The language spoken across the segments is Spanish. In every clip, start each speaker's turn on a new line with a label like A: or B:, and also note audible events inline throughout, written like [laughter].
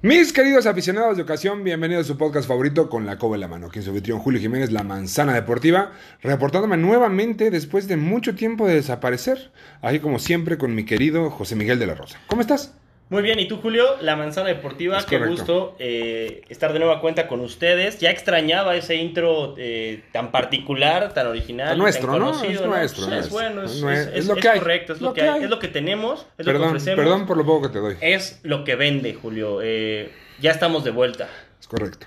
A: Mis queridos aficionados de ocasión, bienvenidos a su podcast favorito con la coba en la mano. Quien su anfitrión Julio Jiménez, La Manzana Deportiva, reportándome nuevamente después de mucho tiempo de desaparecer. Ahí como siempre con mi querido José Miguel de la Rosa. ¿Cómo estás?
B: Muy bien, ¿y tú, Julio? La Manzana Deportiva,
A: Es
B: qué
A: correcto.
B: gusto eh, estar de nueva cuenta con ustedes. Ya extrañaba ese intro eh, tan particular, tan original,
A: Tan nuestro,
B: tan
A: ¿no?
B: conocido,
A: Es nuestro,
B: Sí,
A: ¿no?
B: Es bueno, es,
A: No es-
B: es-
A: es
B: es
A: lo que hay.
B: correcto, es lo, que hay. es lo que tenemos, es lo que
A: Perdón,
B: ofrecemos.
A: perdón por lo poco que te doy.
B: Es lo que vende, Julio. Eh, ya estamos de vuelta.
A: Es correcto.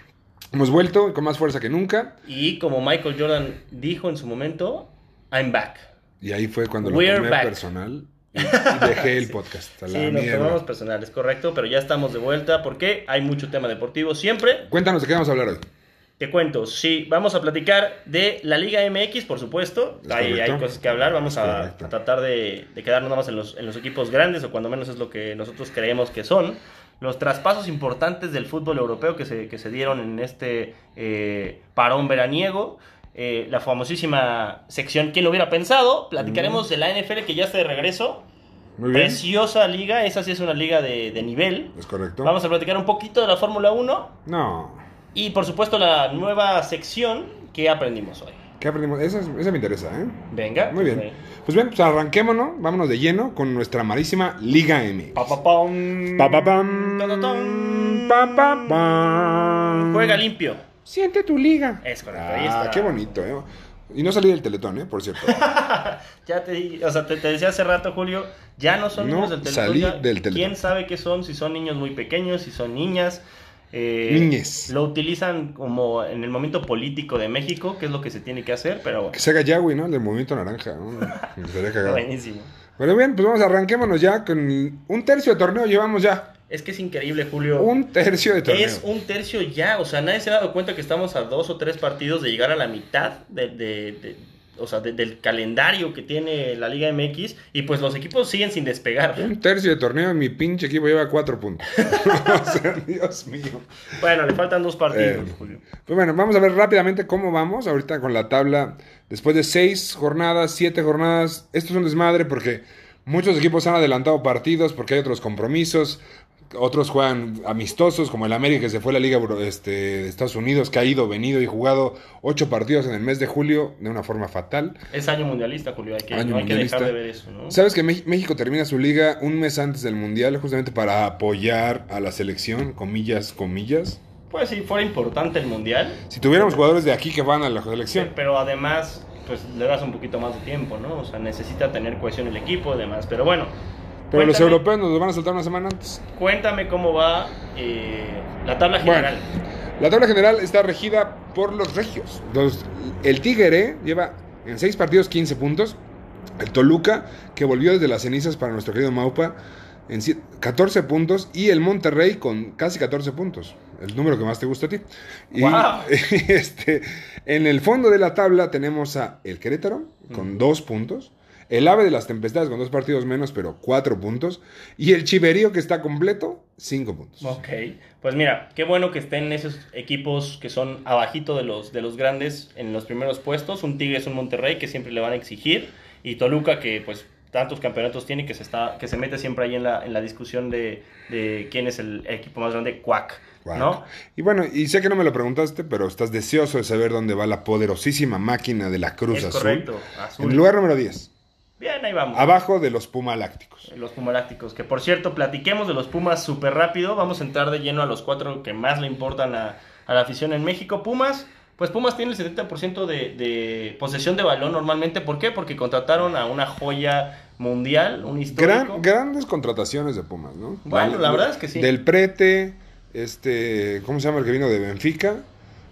A: Hemos vuelto con más fuerza que nunca.
B: Y como Michael Jordan dijo en su momento, I'm back.
A: Y ahí fue cuando lo
B: We're
A: tomé
B: back.
A: personal
B: [laughs]
A: y, y dejé el podcast. A la
B: Sí, nos
A: mierda.
B: tomamos personal, es correcto, pero ya estamos de vuelta porque hay mucho tema deportivo siempre.
A: Cuéntanos de qué vamos a hablar hoy.
B: Te cuento, sí, vamos a platicar de la Liga MX, por supuesto.
A: Es
B: Hay,
A: correcto.
B: hay cosas que hablar, vamos
A: Es
B: a,
A: correcto.
B: a tratar de, de quedarnos nada más en los, en los equipos grandes, o cuando menos es lo que nosotros creemos que son. Los traspasos importantes del fútbol europeo que se, que se dieron en este eh, parón veraniego. Eh, la famosísima sección ¿Quién lo hubiera pensado? Platicaremos de la NFL que ya está de regreso.
A: Muy
B: Pues,
A: bien.
B: Preciosa liga, esa sí es una liga de, de nivel.
A: Es correcto.
B: Vamos a platicar un poquito de la Fórmula 1.
A: No.
B: Y por supuesto la nueva sección que aprendimos hoy.
A: ¿Qué aprendimos? Esa, es- esa me interesa, ¿eh?
B: Venga.
A: Muy bien. Pues bien, pues arranquémonos, vámonos de lleno con nuestra marísima Liga M.
B: Pa, pa, um. pam.
A: Pa, pa, pam.
B: Ta, ta, tan.
A: Pa, pa, pam.
B: Juega limpio.
A: Siente tu liga.
B: Es correcto,
A: Ah,
B: ahí está.
A: qué bonito, ¿eh? Y no salí del teletón, ¿eh? Por
B: [laughs]
A: cierto.
B: Ya te, di- o sea, te, te decía hace rato, Julio, ya no son
A: No
B: niños del Teletón.
A: salí
B: ya-
A: del Teletón.
B: ¿Quién sabe qué son? Si son niños muy pequeños, si son niñas. Eh,
A: Niñes.
B: Lo utilizan como en el momento político de México, que es lo que se tiene que hacer, pero bueno.
A: Que se haga Yahweh, ¿no? El del movimiento naranja, ¿no? Me estaría cagado.
B: Buenísimo.
A: Pero bien, pues vamos, arranquémonos ya con un tercio de torneo llevamos ya.
B: Es que es increíble, Julio.
A: Un tercio de torneo.
B: Es un tercio ya, o sea, nadie se ha dado cuenta que estamos a dos o tres partidos de llegar a la mitad de, de- de- o sea, de- del calendario que tiene la Liga MX y pues los equipos siguen sin despegar.
A: Un tercio de torneo y mi pinche equipo lleva cuatro puntos. [laughs] o sea, Dios mío.
B: Bueno, le faltan dos partidos,
A: Eh,
B: Julio.
A: Pues bueno, vamos a ver rápidamente cómo vamos ahorita con la tabla. Después de seis jornadas, siete jornadas, esto es un desmadre porque muchos equipos han adelantado partidos porque hay otros compromisos. Otros juegan amistosos, como el América que se fue a la Liga Euro- este, de Estados Unidos, que ha ido, venido y jugado ocho partidos en el mes de julio de una forma fatal.
B: Es año mundialista, Julio, hay que,
A: Año
B: no hay que
A: mundialista.
B: dejar de ver eso, ¿no?
A: ¿Sabes que Mex- México termina su liga un mes antes del Mundial justamente para apoyar a la selección, comillas, comillas?
B: Pues sí, fuera importante el mundial,
A: Si tuviéramos jugadores de aquí que van a la
B: pe-
A: selección,
B: pero además pues le das un poquito más de tiempo, ¿no? O sea, necesita tener cohesión el equipo y demás, pero bueno.
A: pero los
B: cuéntame-
A: europeos nos los van a saltar una semana antes.
B: Cuéntame cómo va eh, la tabla
A: Bueno,
B: general.
A: la tabla general está regida por los regios. Los- el Tigre lleva en seis partidos 15 puntos. El Toluca, que volvió desde las cenizas para nuestro querido Maupa, en si- 14 puntos. Y el Monterrey con casi 14 puntos. El número que más te gusta a ti. Y
B: ¡Guau!
A: [laughs] este, en el fondo de la tabla tenemos a el Querétaro
B: Mm.
A: con dos puntos. El Ave de las Tempestades con dos partidos menos, pero cuatro puntos. Y el Chiverío, que está completo, cinco puntos.
B: Ok, pues mira, qué bueno que estén esos equipos que son abajito de los, de los grandes en los primeros puestos. Un Tigres, un Monterrey que siempre le van a exigir. Y Toluca que pues tantos campeonatos tiene que se, está, que se mete siempre ahí en la, en la discusión de, de quién es el equipo más grande, cuac,
A: Guau.
B: ¿no?
A: Y bueno, y sé que no me lo preguntaste, pero estás deseoso de saber dónde va la poderosísima máquina de la Cruz
B: es
A: Azul.
B: correcto, azul.
A: En el lugar número 10,
B: Bien, ahí vamos.
A: abajo de los Pumalácticos.
B: Los Pumalácticos, que por cierto, platiquemos de los Pumas súper rápido. Vamos a entrar de lleno a los cuatro que más le importan a, a la afición en México. Pumas, pues Pumas tiene el 70% de, de posesión de balón normalmente. ¿Por qué? Porque contrataron a una joya mundial, un histórico.
A: Gran, grandes contrataciones de Pumas, ¿no?
B: Bueno,
A: Del-
B: la verdad es que sí.
A: Del Prete, este, ¿cómo se llama el que vino de Benfica?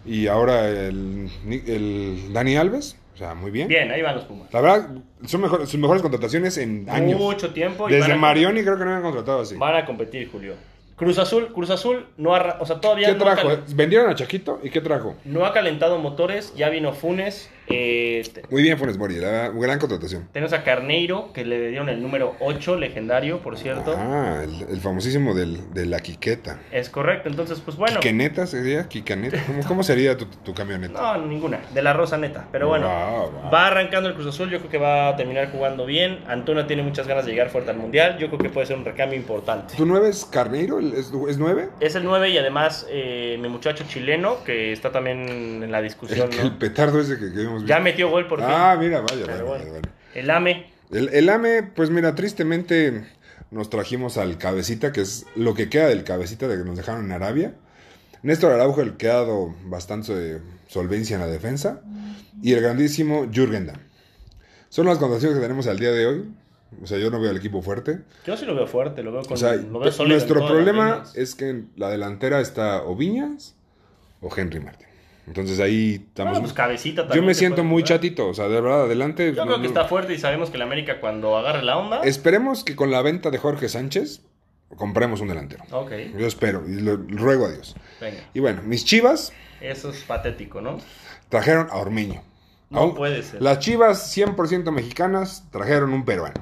A: Y ahora el, el Dani Alves, o sea, muy bien.
B: Bien, ahí van los Pumas.
A: La verdad, son mejor- sus mejores contrataciones en años.
B: Mucho tiempo. y
A: Desde
B: van a-
A: Marioni creo que no me han contratado así.
B: Van a competir, Julio. Cruz Azul, Cruz Azul, no arra- o sea, todavía
A: ¿Qué
B: no ha
A: trajo? eh?
B: cal-
A: ¿Vendieron a Chaquito? ¿Y qué trajo?
B: no ha calentado motores, ya vino Funes, eh, te-
A: Muy bien, Funes Mori, la verdad, gran contratación.
B: tenemos a Carneiro, que le dieron el número 8, legendario, por cierto.
A: Ah, el, el famosísimo del, de la Quiqueta.
B: Es correcto, entonces, pues bueno.
A: ¿Quiqueneta sería? ¿Quicaneta? ¿Cómo, cómo sería tu, tu camioneta?
B: No, ninguna, de la rosa neta, pero bueno.
A: Wow, wow.
B: Va arrancando el Cruz Azul, yo creo que va a terminar jugando bien. Antuna tiene muchas ganas de llegar fuerte al Mundial, yo creo que puede ser un recambio importante.
A: ¿Tu 9 es Carneiro? ¿El- ¿Es, es 9?
B: Es el 9 y además eh, mi muchacho chileno, que está también en la discusión,
A: El,
B: Pues ¿no?
A: el petardo ese que, que hemos visto.
B: Ya metió gol por fin.
A: Ah, mira, vaya, vaya,
B: Pero
A: vaya,
B: bueno.
A: vaya.
B: El AME,
A: El, el AME, pues mira, tristemente nos trajimos al cabecita, que es lo que queda del cabecita de que nos dejaron en Arabia. Néstor Araujo, el que ha dado bastante solvencia en la defensa. Y el grandísimo Jürgen Damm. Son las contaciones que tenemos al día de hoy. O sea, yo no veo al equipo fuerte.
B: yo sí lo veo fuerte, lo veo con
A: O sea,
B: lo veo sólido en
A: nuestro
B: todas las
A: problema
B: líneas.
A: es que en la delantera está o Viñas o Henry Martin. Entonces ahí estamos.
B: Bueno, pues cabecita
A: yo
B: también
A: me
B: te
A: siento
B: puede
A: muy
B: jugar.
A: chatito. O sea, de verdad, adelante. pues,
B: Yo
A: no-
B: creo
A: no-
B: que está fuerte y sabemos que el América cuando agarre la onda.
A: Esperemos que con la venta de Jorge Sánchez compremos un delantero.
B: Ok,
A: Yo espero y lo ruego a Dios.
B: venga.
A: Y bueno, mis chivas
B: Eso es patético, ¿no?
A: trajeron a Ormeño.
B: No
A: Aún-
B: puede ser.
A: Las chivas 100% mexicanas trajeron un peruano.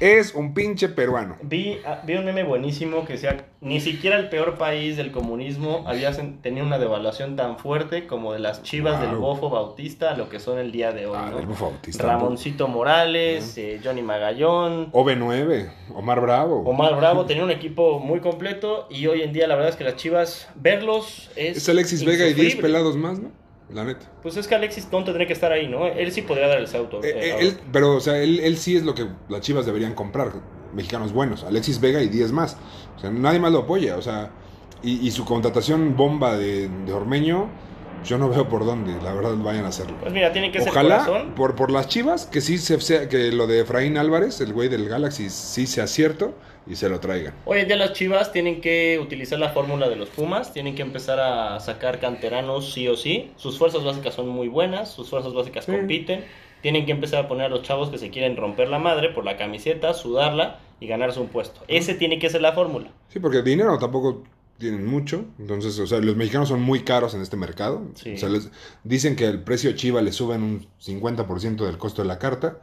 A: es un pinche peruano.
B: Vi, ah, vi un meme buenísimo que decía, ni siquiera el peor país del comunismo había sen- tenido una devaluación tan fuerte como de las chivas del
A: Wow.
B: Bofo Bautista, a lo que son el día de hoy.
A: Ah,
B: ¿no?
A: del Bofo Bautista. Oh.
B: Ramoncito Morales, eh, Johnny Magallón,
A: OB9, Omar Bravo.
B: Omar Bravo, tenía un equipo muy completo y hoy en día la verdad es que las chivas, verlos es...
A: Es Alexis Vega y 10
B: insufrible.
A: pelados más, ¿no? La neta.
B: Pues es que Alexis no tendría que estar ahí, ¿no? Él sí podría dar el salto.
A: Eh,
B: eh,
A: eh, él- pero, o sea, él, él sí es lo que las chivas deberían comprar. Mexicanos buenos. Alexis Vega y 10 más. O sea, nadie más lo apoya. O sea, y, y su contratación bomba de, de Ormeño, yo no veo por dónde, la verdad, vayan a hacerlo.
B: Pues mira, tiene que ser
A: Ojalá
B: corazón.
A: por, por las chivas, que sí se, sea- que lo de Efraín Álvarez, el güey del Galaxy, sí sea cierto y se lo traigan.
B: Hoy en día las Chivas tienen que utilizar la fórmula de los Pumas, tienen que empezar a sacar canteranos sí o sí. Sus fuerzas básicas son muy buenas, sus fuerzas básicas
A: Sí.
B: compiten. Tienen que empezar a poner a los chavos que se quieren romper la madre por la camiseta, sudarla y ganarse un puesto. Ese tiene que ser la fórmula.
A: Sí, porque dinero tampoco tienen mucho. Entonces, o sea, los mexicanos son muy caros en este mercado.
B: Sí.
A: O sea, les- dicen que el precio Chiva le suben un 50% del costo de la carta.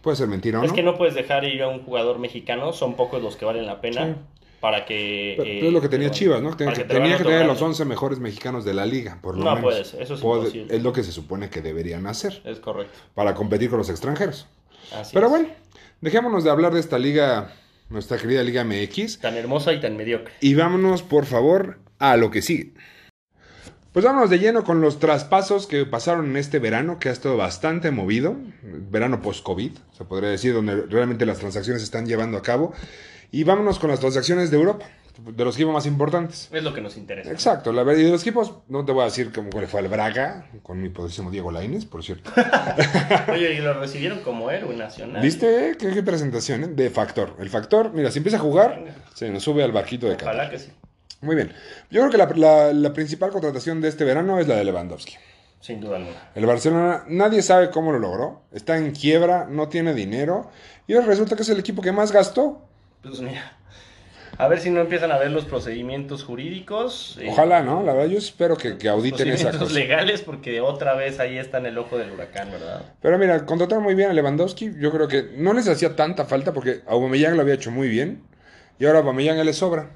A: Puede ser mentira o no.
B: Es que no puedes dejar ir a un jugador mexicano, son pocos los que valen la pena
A: Sí.
B: para que...
A: Pero,
B: eh,
A: pero es lo que tenía
B: bueno,
A: Chivas, ¿no? Tenía
B: para
A: que,
B: que te
A: tenía
B: lo gane
A: que
B: otro
A: tener
B: grande.
A: los 11 mejores mexicanos de la liga, por lo
B: No
A: menos.
B: puedes, eso es
A: Pod-
B: imposible.
A: Es lo que se supone que deberían hacer
B: Es correcto.
A: para competir con los extranjeros.
B: Así
A: pero
B: es.
A: bueno, dejémonos de hablar de esta liga, nuestra querida Liga MX.
B: Tan hermosa y tan mediocre.
A: Y vámonos, por favor, a lo que sigue. Pues vámonos de lleno con los traspasos que pasaron en este verano, que ha estado bastante movido. Verano post-COVID, se podría decir, donde realmente las transacciones se están llevando a cabo. Y vámonos con las transacciones de Europa, de los equipos más importantes.
B: Es lo que nos interesa.
A: Exacto, la verdad, y de los equipos, no te voy a decir cómo cuál fue el Braga, con mi poderísimo Diego Lainez, por cierto.
B: Oye, y lo recibieron como héroe nacional.
A: ¿Viste? eh? ¿Qué, qué presentación, eh? De Factor. El Factor, mira, si empieza a jugar, se nos sube al barquito de Qatar.
B: Ojalá que sí,
A: Muy bien. Yo creo que la, la- la principal contratación de este verano es la de Lewandowski.
B: sin duda alguna.
A: El Barcelona, nadie sabe cómo lo logró. Está en quiebra, no tiene dinero. Y ahora resulta que es el equipo que más gastó.
B: Pues mira, a ver si no empiezan a ver los procedimientos jurídicos. eh,
A: Ojalá, ¿no? La verdad, yo espero que, que auditen
B: [laughs]
A: esa
B: Procedimientos
A: cosa.
B: legales, porque otra vez ahí está en el ojo del huracán, ¿verdad?
A: Pero mira, contrataron muy bien a Lewandowski. Yo creo que no les hacía tanta falta porque Aubameyang lo había hecho muy bien. Y ahora a Aubameyang ya le sobra.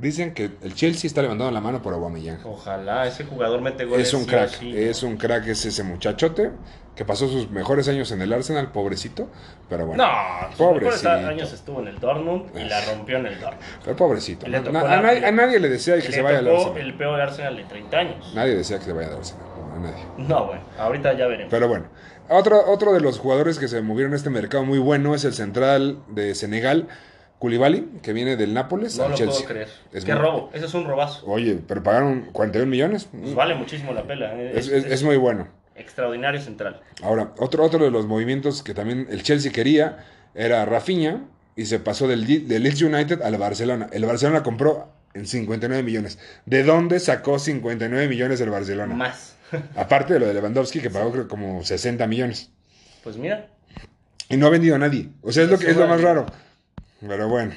A: Dicen que el Chelsea está levantando la mano por Aubameyang.
B: Ojalá ese jugador mete goles.
A: Es un
B: sí o
A: crack,
B: sí.
A: es un crack, es ese muchachote que pasó sus mejores años en el Arsenal, pobrecito, pero bueno.
B: No, sus mejores
A: pobrecito.
B: años estuvo en el Dortmund y la rompió en el Dortmund.
A: Pero pobrecito.
B: Le
A: Na-
B: tocó
A: a,
B: la-
A: nadie, a nadie le desea
B: Y
A: que se
B: le
A: vaya al
B: tocó
A: Arsenal.
B: el peor Arsenal de 30 años.
A: Nadie desea que se vaya al Arsenal, no, a nadie.
B: No, bueno, ahorita ya veremos.
A: Pero bueno, otro, otro de los jugadores que se movieron en este mercado muy bueno es el central de Senegal, Koulibaly, que viene del Nápoles
B: no
A: al
B: lo
A: Chelsea.
B: puedo creer.
A: Es
B: Qué
A: muy-
B: robo, eso es un robazo.
A: Oye, pero pagaron 41 millones. Mm.
B: Pues vale muchísimo la pela. eh.
A: Es- es- es muy bueno.
B: extraordinario central.
A: Ahora, otro, otro de los movimientos que también el Chelsea quería era Rafinha y se pasó del, Li- del Leeds United al Barcelona. El Barcelona compró en 59 millones. ¿De dónde sacó 59 millones el Barcelona?
B: Más.
A: Aparte de lo de Lewandowski que pagó creo, como 60 millones.
B: Pues mira,
A: Y no ha vendido a nadie. O sea, es lo, que, es lo más raro. Pero bueno.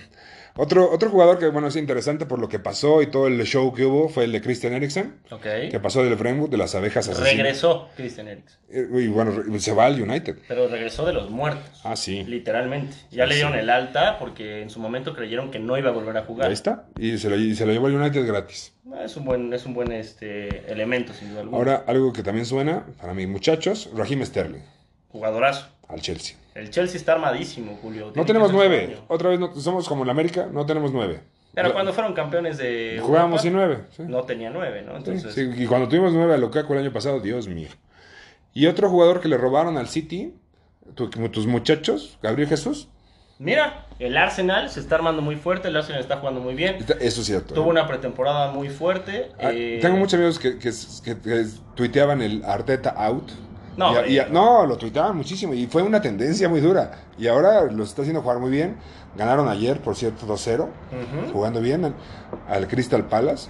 A: Otro, otro jugador que, bueno, es interesante por lo que pasó y todo el show que hubo fue el de Christian Eriksen,
B: Ok.
A: que pasó del framework de las abejas asesinas.
B: Regresó Christian Eriksen.
A: Eh, Y bueno, re- se va al United.
B: Pero regresó de los muertos.
A: Ah, sí. Ah,
B: Literalmente. Ya le dieron el alta porque en su momento creyeron que no iba a volver a jugar.
A: Ahí está. Y se lo, y se lo llevó al United gratis.
B: Ah, Es un buen, es un buen este, elemento, sin duda alguna.
A: Ahora, algo que también suena para mis muchachos, Raheem Sterling,
B: Jugadorazo.
A: al Chelsea.
B: El Chelsea está armadísimo, Julio.
A: No
B: Tiene
A: tenemos
B: que ser su
A: nueve.
B: año.
A: Otra vez no- somos como en América, no tenemos nueve.
B: Pero cuando fueron campeones de.
A: Jugábamos sin
B: Europa,
A: nueve. sí.
B: No tenía nueve, ¿no? Entonces.
A: Sí, y cuando tuvimos nueve a Lukaku el año pasado, Dios mío. Y otro jugador que le robaron al City, tu- tus muchachos, Gabriel Jesús.
B: Mira, el Arsenal se está armando muy fuerte. El Arsenal está jugando muy bien.
A: Está- Eso es cierto.
B: Tuvo una pretemporada muy fuerte.
A: Ah,
B: eh,
A: Tengo muchos amigos que, que- que- que tuiteaban el Arteta out.
B: No, eh,
A: Y a- y a-
B: hombre,
A: no, lo tuiteaban muchísimo y fue una tendencia muy dura. Y ahora los está haciendo jugar muy bien. Ganaron ayer, por cierto, 2-0,
B: Ujú.
A: jugando bien al, al Crystal Palace.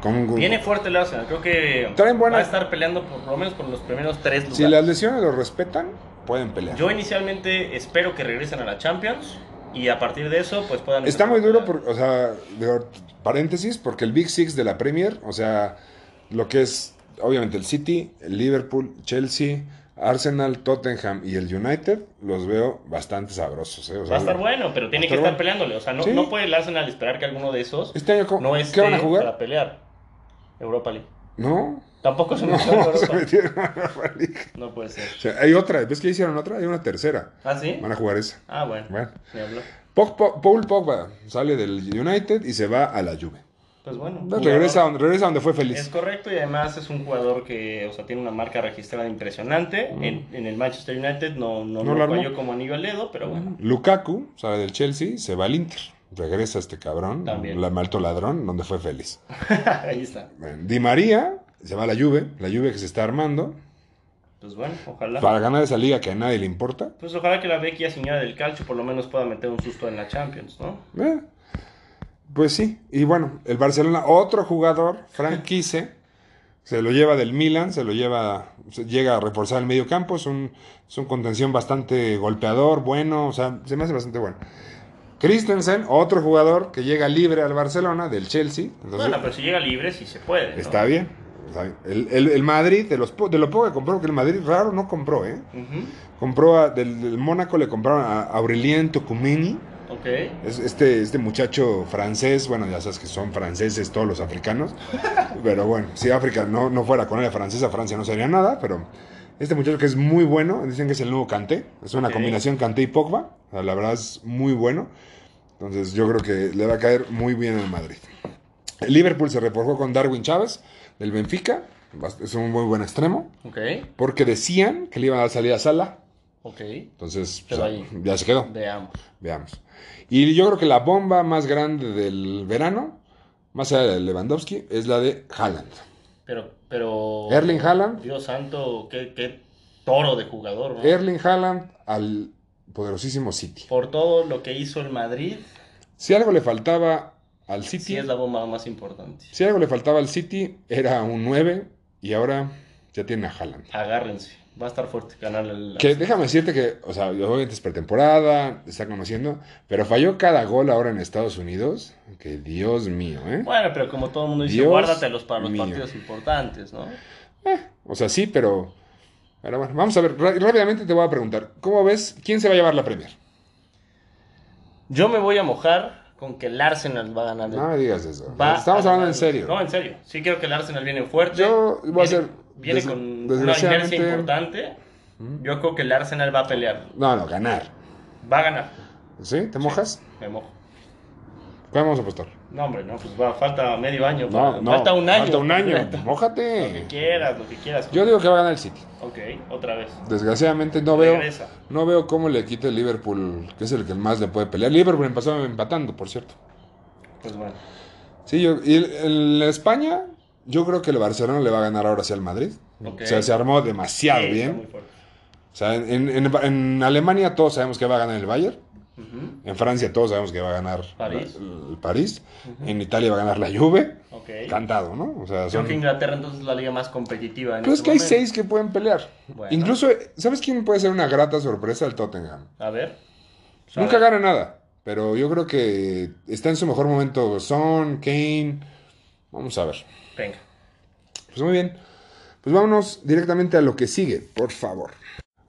A: Con un-
B: Viene fuerte el Arsenal. Creo que
A: Traen buena-
B: va a estar peleando por, por lo menos por los primeros tres lugares.
A: si las lesiones lo respetan, pueden pelear.
B: Yo inicialmente espero que regresen a la Champions y a partir de eso pues puedan...
A: Está muy duro, por- o sea, de- paréntesis, porque el Big Six de la Premier, o sea, lo que es, obviamente, el City, el Liverpool, Chelsea, Arsenal, Tottenham y el United, los veo bastante sabrosos. ¿eh? O sea,
B: Va a estar bueno, pero
A: Va
B: tiene
A: a
B: que
A: estar
B: estar
A: bueno.
B: peleándole. O sea, no,
A: Sí.
B: no puede el Arsenal esperar que alguno de esos
A: Este año, ¿cómo-
B: no
A: ¿qué
B: esté
A: van a jugar?
B: para pelear Europa League. [laughs]
A: No,
B: Tampoco
A: [laughs]
B: se
A: no,
B: metió en
A: se
B: Europa.
A: metieron a la Liga.
B: No puede ser.
A: O sea, hay otra, ¿ves que hicieron otra? Hay una tercera.
B: ¿Ah, sí?
A: Van a jugar esa.
B: Ah, bueno.
A: Bueno.
B: Ni habló.
A: Pog- Pog- Paul Pogba sale del United y se va a la Juve.
B: Pues bueno.
A: Regresa,
B: jugador.
A: donde- regresa donde fue
B: Es
A: feliz.
B: correcto y además es un jugador que, o sea, tiene una marca registrada impresionante. En, en el Manchester United no, no,
A: Mm. No
B: no
A: la armó. Mm.
B: cayó como anillo al dedo, pero bueno.
A: Lukaku sale del Chelsea, se va al Inter. Regresa este cabrón,
B: También.
A: la malto ladrón, donde fue feliz.
B: [laughs] Ahí está.
A: Bueno, Di María se va a la Juve, la Juve que se está armando
B: Pues bueno, ojalá.
A: para ganar esa liga que a nadie le importa.
B: Pues ojalá que la vecchia señora del calcio por lo menos pueda meter un susto en la Champions, ¿no?
A: Eh, pues sí, y bueno, el Barcelona, otro jugador, Frank Kise, [laughs] se lo lleva del Milan, se lo lleva, se llega a reforzar el medio campo, es un, es un contención bastante golpeador, bueno, o sea, se me hace bastante bueno. Christensen, otro jugador que llega libre al Barcelona, del Chelsea, entonces
B: bueno, pero si llega libre, sí se puede. ¿no?
A: Pues está bien. está bien. El, el- el Madrid, de, los, po- de lo poco que compró, que el Madrid raro no compró, ¿eh?
B: Ujú,
A: Compró a- del, del Mónaco, le compraron a Aurelien Tocumeni.
B: Ok.
A: Es- Este, este muchacho francés, bueno, ya sabes que son franceses todos los
B: [laughs]
A: africanos, pero bueno, si África no, no fuera colonia francesa, Francia no sería nada, pero este muchacho que es muy bueno, dicen que es el nuevo Kanté, es una
B: Ok.
A: combinación Kanté y Pogba, o sea, la verdad es muy bueno, entonces yo creo que le va a caer muy bien al Madrid. El Liverpool se reforzó con Darwin Chávez del Benfica, bast- es un muy buen extremo,
B: Ok.
A: porque decían que le iban a dar salida a Sala,
B: Ok.
A: entonces
B: Pero
A: o sea,
B: ahí-
A: ya se quedó.
B: Veamos.
A: Veamos. Y yo creo que la bomba más grande del verano, más allá de Lewandowski, es la de Haaland.
B: Pero, pero.
A: Erling Haaland. Er-
B: Dios santo, qué, qué toro de jugador, ¿no?
A: Erling Haaland al poderosísimo City.
B: Por todo lo que hizo el Madrid,
A: Si algo le faltaba al City,
B: sí es la bomba más importante.
A: si algo le faltaba al City, era un 9 y ahora ya tiene a Haaland.
B: Agárrense. Va a estar fuerte ganar el.
A: Que déjame decirte que, o sea, obviamente es pretemporada, está conociendo, pero falló cada gol ahora en Estados Unidos. Que Dios mío, ¿eh?
B: Bueno, pero como todo el mundo dice,
A: Dios
B: guárdatelos para los
A: mío.
B: partidos importantes, ¿no?
A: O sea, sí, pero. Pero bueno, vamos a ver. ra- Rápidamente te voy a preguntar: ¿Cómo ves quién se va a llevar la Premier?
B: Yo me voy a mojar con que el Arsenal va a ganar.
A: No me digas eso.
B: Va
A: Estamos
B: a
A: hablando
B: ganar.
A: en serio.
B: No, en serio. Sí creo que el Arsenal viene fuerte.
A: Yo voy a
B: Viene-
A: ser-
B: Viene
A: des-
B: con una
A: desgraciadamente- ¿Mm?
B: inercia importante. Yo creo que el Arsenal va a pelear.
A: No, no, ganar.
B: Va a ganar.
A: ¿Sí? ¿Te mojas?
B: Me mojo.
A: ¿Cuál vamos a apostar?
B: No, hombre, no, pues va, falta medio año.
A: No,
B: para-
A: no.
B: falta un año.
A: Falta un año.
B: [laughs] Lo que
A: Mójate.
B: quieras, lo que quieras.
A: Yo digo que va a ganar el City.
B: Ok, otra vez.
A: Desgraciadamente no veo.
B: Regresa.
A: No veo cómo le quite el Liverpool, que es el que más le puede pelear. Liverpool empezó empatando, por cierto.
B: Pues bueno.
A: Sí, yo, y el- el- en España, yo creo que el Barcelona le va a ganar ahora sí al Madrid.
B: Ok.
A: O sea, se armó demasiado
B: Sí, está
A: bien.
B: muy fuerte.
A: O sea, en, en- en Alemania todos sabemos que va a ganar el Bayern.
B: Ujú,
A: En Francia todos sabemos que va a ganar
B: París.
A: la- el París. En Italia va a ganar la Juve.
B: Ok.
A: Cantado, ¿no? O sea,
B: Creo
A: son...
B: que Inglaterra entonces es la liga más competitiva. En
A: Pero es
B: este
A: que hay
B: momento.
A: seis que pueden pelear.
B: Bueno.
A: Incluso, ¿sabes quién puede ser una grata sorpresa? El Tottenham.
B: A ver. O sea,
A: Nunca gana nada, pero yo creo que está en su mejor momento Son, Kane. Vamos a ver.
B: Venga.
A: Pues muy bien. Pues vámonos directamente a lo que sigue, por favor.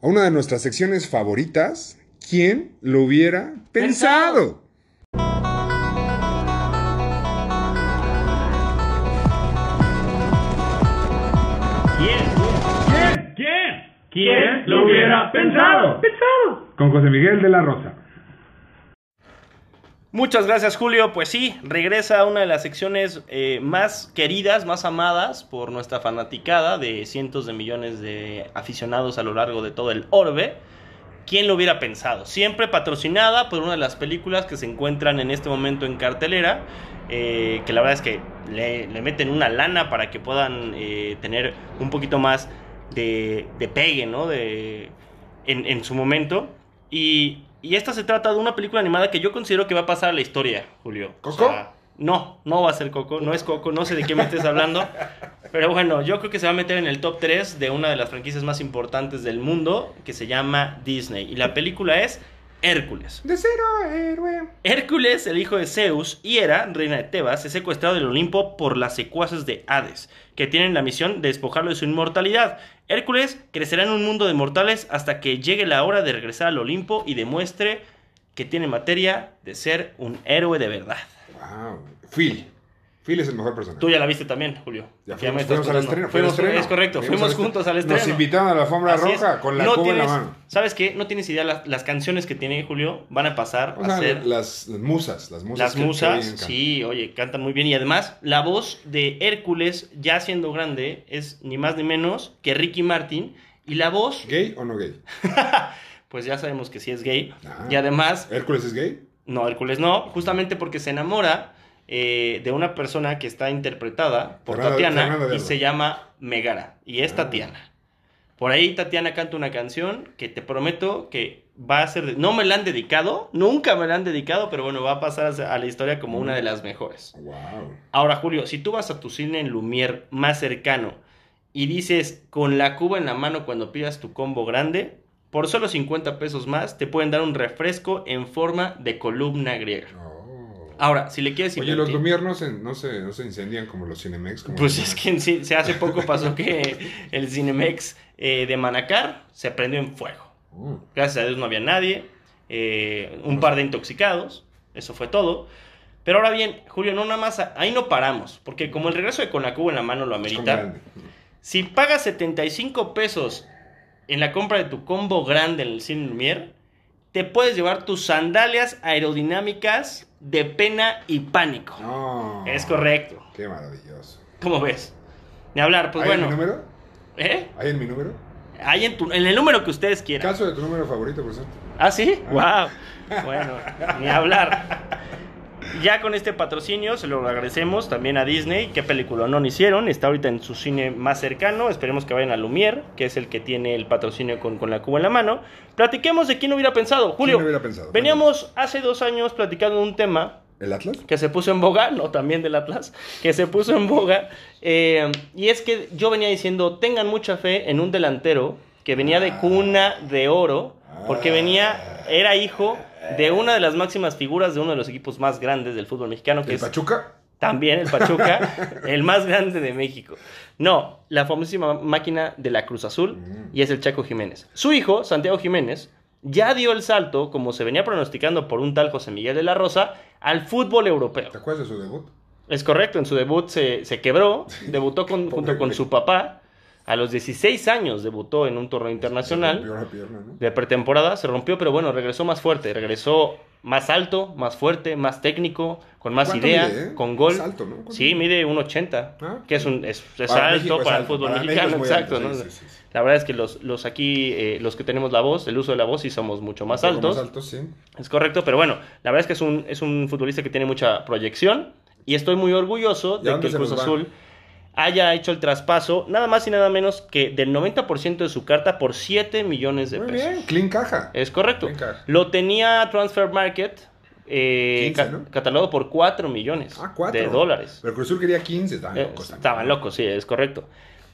A: A una de nuestras secciones favoritas. ¿Quién lo hubiera
B: Pensado.
A: pensado?
B: ¿Quién?
C: ¿Quién? ¿Quién? ¿Quién lo hubiera pensado? Pensado.
A: Con José Miguel de la Rosa.
B: Muchas gracias, Julio. Pues sí, regresa a una de las secciones eh, más queridas, más amadas por nuestra fanaticada de cientos de millones de aficionados a lo largo de todo el orbe. ¿Quién lo hubiera pensado? Siempre patrocinada por una de las películas que se encuentran en este momento en cartelera, eh, que la verdad es que le, le meten una lana para que puedan eh, tener un poquito más de, de pegue, ¿no? De, en, en su momento. Y, y esta se trata de una película animada que yo considero que va a pasar a la historia, Julio. O
A: ¿Coco?
B: sea, no, no va a ser Coco, no es Coco, no sé de qué me estés hablando. Pero bueno, yo creo que se va a meter en el top 3 de una de las franquicias más importantes del mundo, que se llama Disney. Y la película es Hércules.
A: De cero a héroe.
B: Hércules, el hijo de Zeus, y Hera, reina de Tebas, es secuestrado del Olimpo por las secuaces de Hades, que tienen la misión de despojarlo de su inmortalidad. Hércules crecerá en un mundo de mortales hasta que llegue la hora de regresar al Olimpo y demuestre que tiene materia de ser un héroe de verdad.
A: Wow. Phil. Phil es el mejor personaje.
B: Tú ya la viste también, Julio.
A: Ya
B: Que me
A: fuimos,
B: estás
A: fuimos al
B: contando.
A: estreno, fue al
B: Fuimos-
A: estreno.
B: Es correcto, fuimos,
A: al
B: juntos al
A: estreno.
B: estreno.
A: Nos invitaron a la alfombra
B: Así es.
A: roja con la
B: No
A: cuba en la
B: tienes-
A: mano.
B: ¿Sabes qué? No tienes idea las, las canciones que tiene Julio van a pasar
A: O
B: a
A: sea,
B: ser
A: las, las musas, las musas.
B: Las
A: que- que
B: musas,
A: brincan.
B: sí, oye, cantan muy bien. Y además, la voz de Hércules, ya siendo grande, es ni más ni menos que Ricky Martin. Y la voz,
A: ¿Gay o no gay?
B: pues ya sabemos que sí es gay.
A: Ah.
B: Y además,
A: ¿Hércules es gay?
B: no, Hércules no, justamente porque se enamora eh, de una persona que está interpretada por
A: Fernanda-
B: Tatiana
A: Fernanda de
B: y
A: Alba.
B: se llama Megara. Y es
A: Ah.
B: Tatiana. Por ahí Tatiana canta una canción que te prometo que va a ser... de- No me la han dedicado, nunca me la han dedicado, pero bueno, va a pasar a a la historia como una de las mejores.
A: Wow.
B: Ahora, Julio, si tú vas a tu cine en Lumière más cercano y dices con la cuba en la mano cuando pidas tu combo grande, por solo 50 pesos más te pueden dar un refresco en forma de columna griega.
A: Oh.
B: Ahora, si le quieres
A: Oye, los
B: invertir-
A: Lumière no se, no, se, no se incendian como los Cinemex. como
B: pues
A: los
B: es que en sí- se hace poco pasó que el Cinemex eh, de Manacar se prendió en fuego.
A: Oh.
B: Gracias a Dios no había nadie. eh, un par de intoxicados. Eso fue todo. Pero ahora bien, Julio, no nada más. Ahí no paramos. Porque como el regreso de Conacubo en la mano lo
A: Es como
B: amerita.
A: grande.
B: Si pagas 75 pesos en la compra de tu combo grande en el Cine Lumière, te puedes llevar tus sandalias aerodinámicas de pena y pánico.
A: Uh, No.
B: Es correcto.
A: Qué maravilloso.
B: ¿Cómo ves? Ni hablar, pues
A: ¿Hay en mi
B: bueno.
A: número?
B: ¿Eh?
A: ¿Hay en mi número?
B: Ahí en, tu- en el número que ustedes quieran.
A: Caso de tu número favorito, por cierto.
B: ¿Ah, sí? ¡Wow! Bueno, ni hablar. Ya con este patrocinio se lo agradecemos también a Disney. Qué película no hicieron. Está ahorita en su cine más cercano. Esperemos que vayan a Lumière, que es el que tiene el patrocinio con, con la cuba en la mano. Platiquemos de quién hubiera pensado. Julio,
A: ¿Quién hubiera pensado?
B: veníamos hace dos años platicando de un tema
A: ¿El Atlas?
B: que se puso en boga, no también del Atlas, que se puso en boga. eh, y es que yo venía diciendo, tengan mucha fe en un delantero que venía
A: Ah.
B: de cuna de oro, porque venía, era hijo de una de las máximas figuras de uno de los equipos más grandes del fútbol mexicano, que
A: ¿El
B: es
A: Pachuca?
B: también el Pachuca, el más grande de México. No, la famosísima máquina de la Cruz Azul y es el Chaco Jiménez. Su hijo, Santiago Jiménez, ya dio el salto, como se venía pronosticando por un tal José Miguel de la Rosa, al fútbol europeo.
A: ¿Te acuerdas de su debut?
B: Es correcto, en su debut se, se quebró, debutó con- junto con su papá. A los 16 años debutó en un torneo internacional
A: Rompió la pierna, ¿no?
B: de pretemporada se rompió, pero bueno, regresó más fuerte, regresó más alto, más fuerte, más técnico, con más
A: ¿Cuánto
B: idea,
A: mide, eh?
B: con gol.
A: Es alto, ¿no? ¿Cuánto
B: Sí, mide 1.80,
A: Ah,
B: que es un es, es
A: Para
B: alto
A: México es
B: para el
A: alto,
B: fútbol
A: para México
B: mexicano,
A: es muy
B: exacto.
A: alto,
B: ¿no?
A: sí, sí, sí, sí.
B: La verdad es que los, los aquí, eh, los que tenemos la voz, el uso de la voz, sí somos mucho más
A: Un poco
B: altos.
A: Más alto, sí.
B: Es correcto, pero bueno, la verdad es que es un, es un futbolista que tiene mucha proyección y estoy muy orgulloso
A: ¿Y a
B: de
A: dónde
B: que el
A: se
B: Cruz
A: nos va?
B: Azul haya hecho el traspaso, nada más y nada menos que del 90% de su carta por 7 millones de
A: Muy
B: pesos.
A: bien, clean caja.
B: Es correcto.
A: Venga.
B: Lo tenía Transfer Market eh,
A: 15,
B: ca-
A: ¿no?
B: catalogado por 4 millones
A: Ah, cuatro.
B: de dólares.
A: Pero Cruzul quería 15, estaban
B: Eh,
A: locos. también. Mm.
B: Estaban locos, sí, es correcto.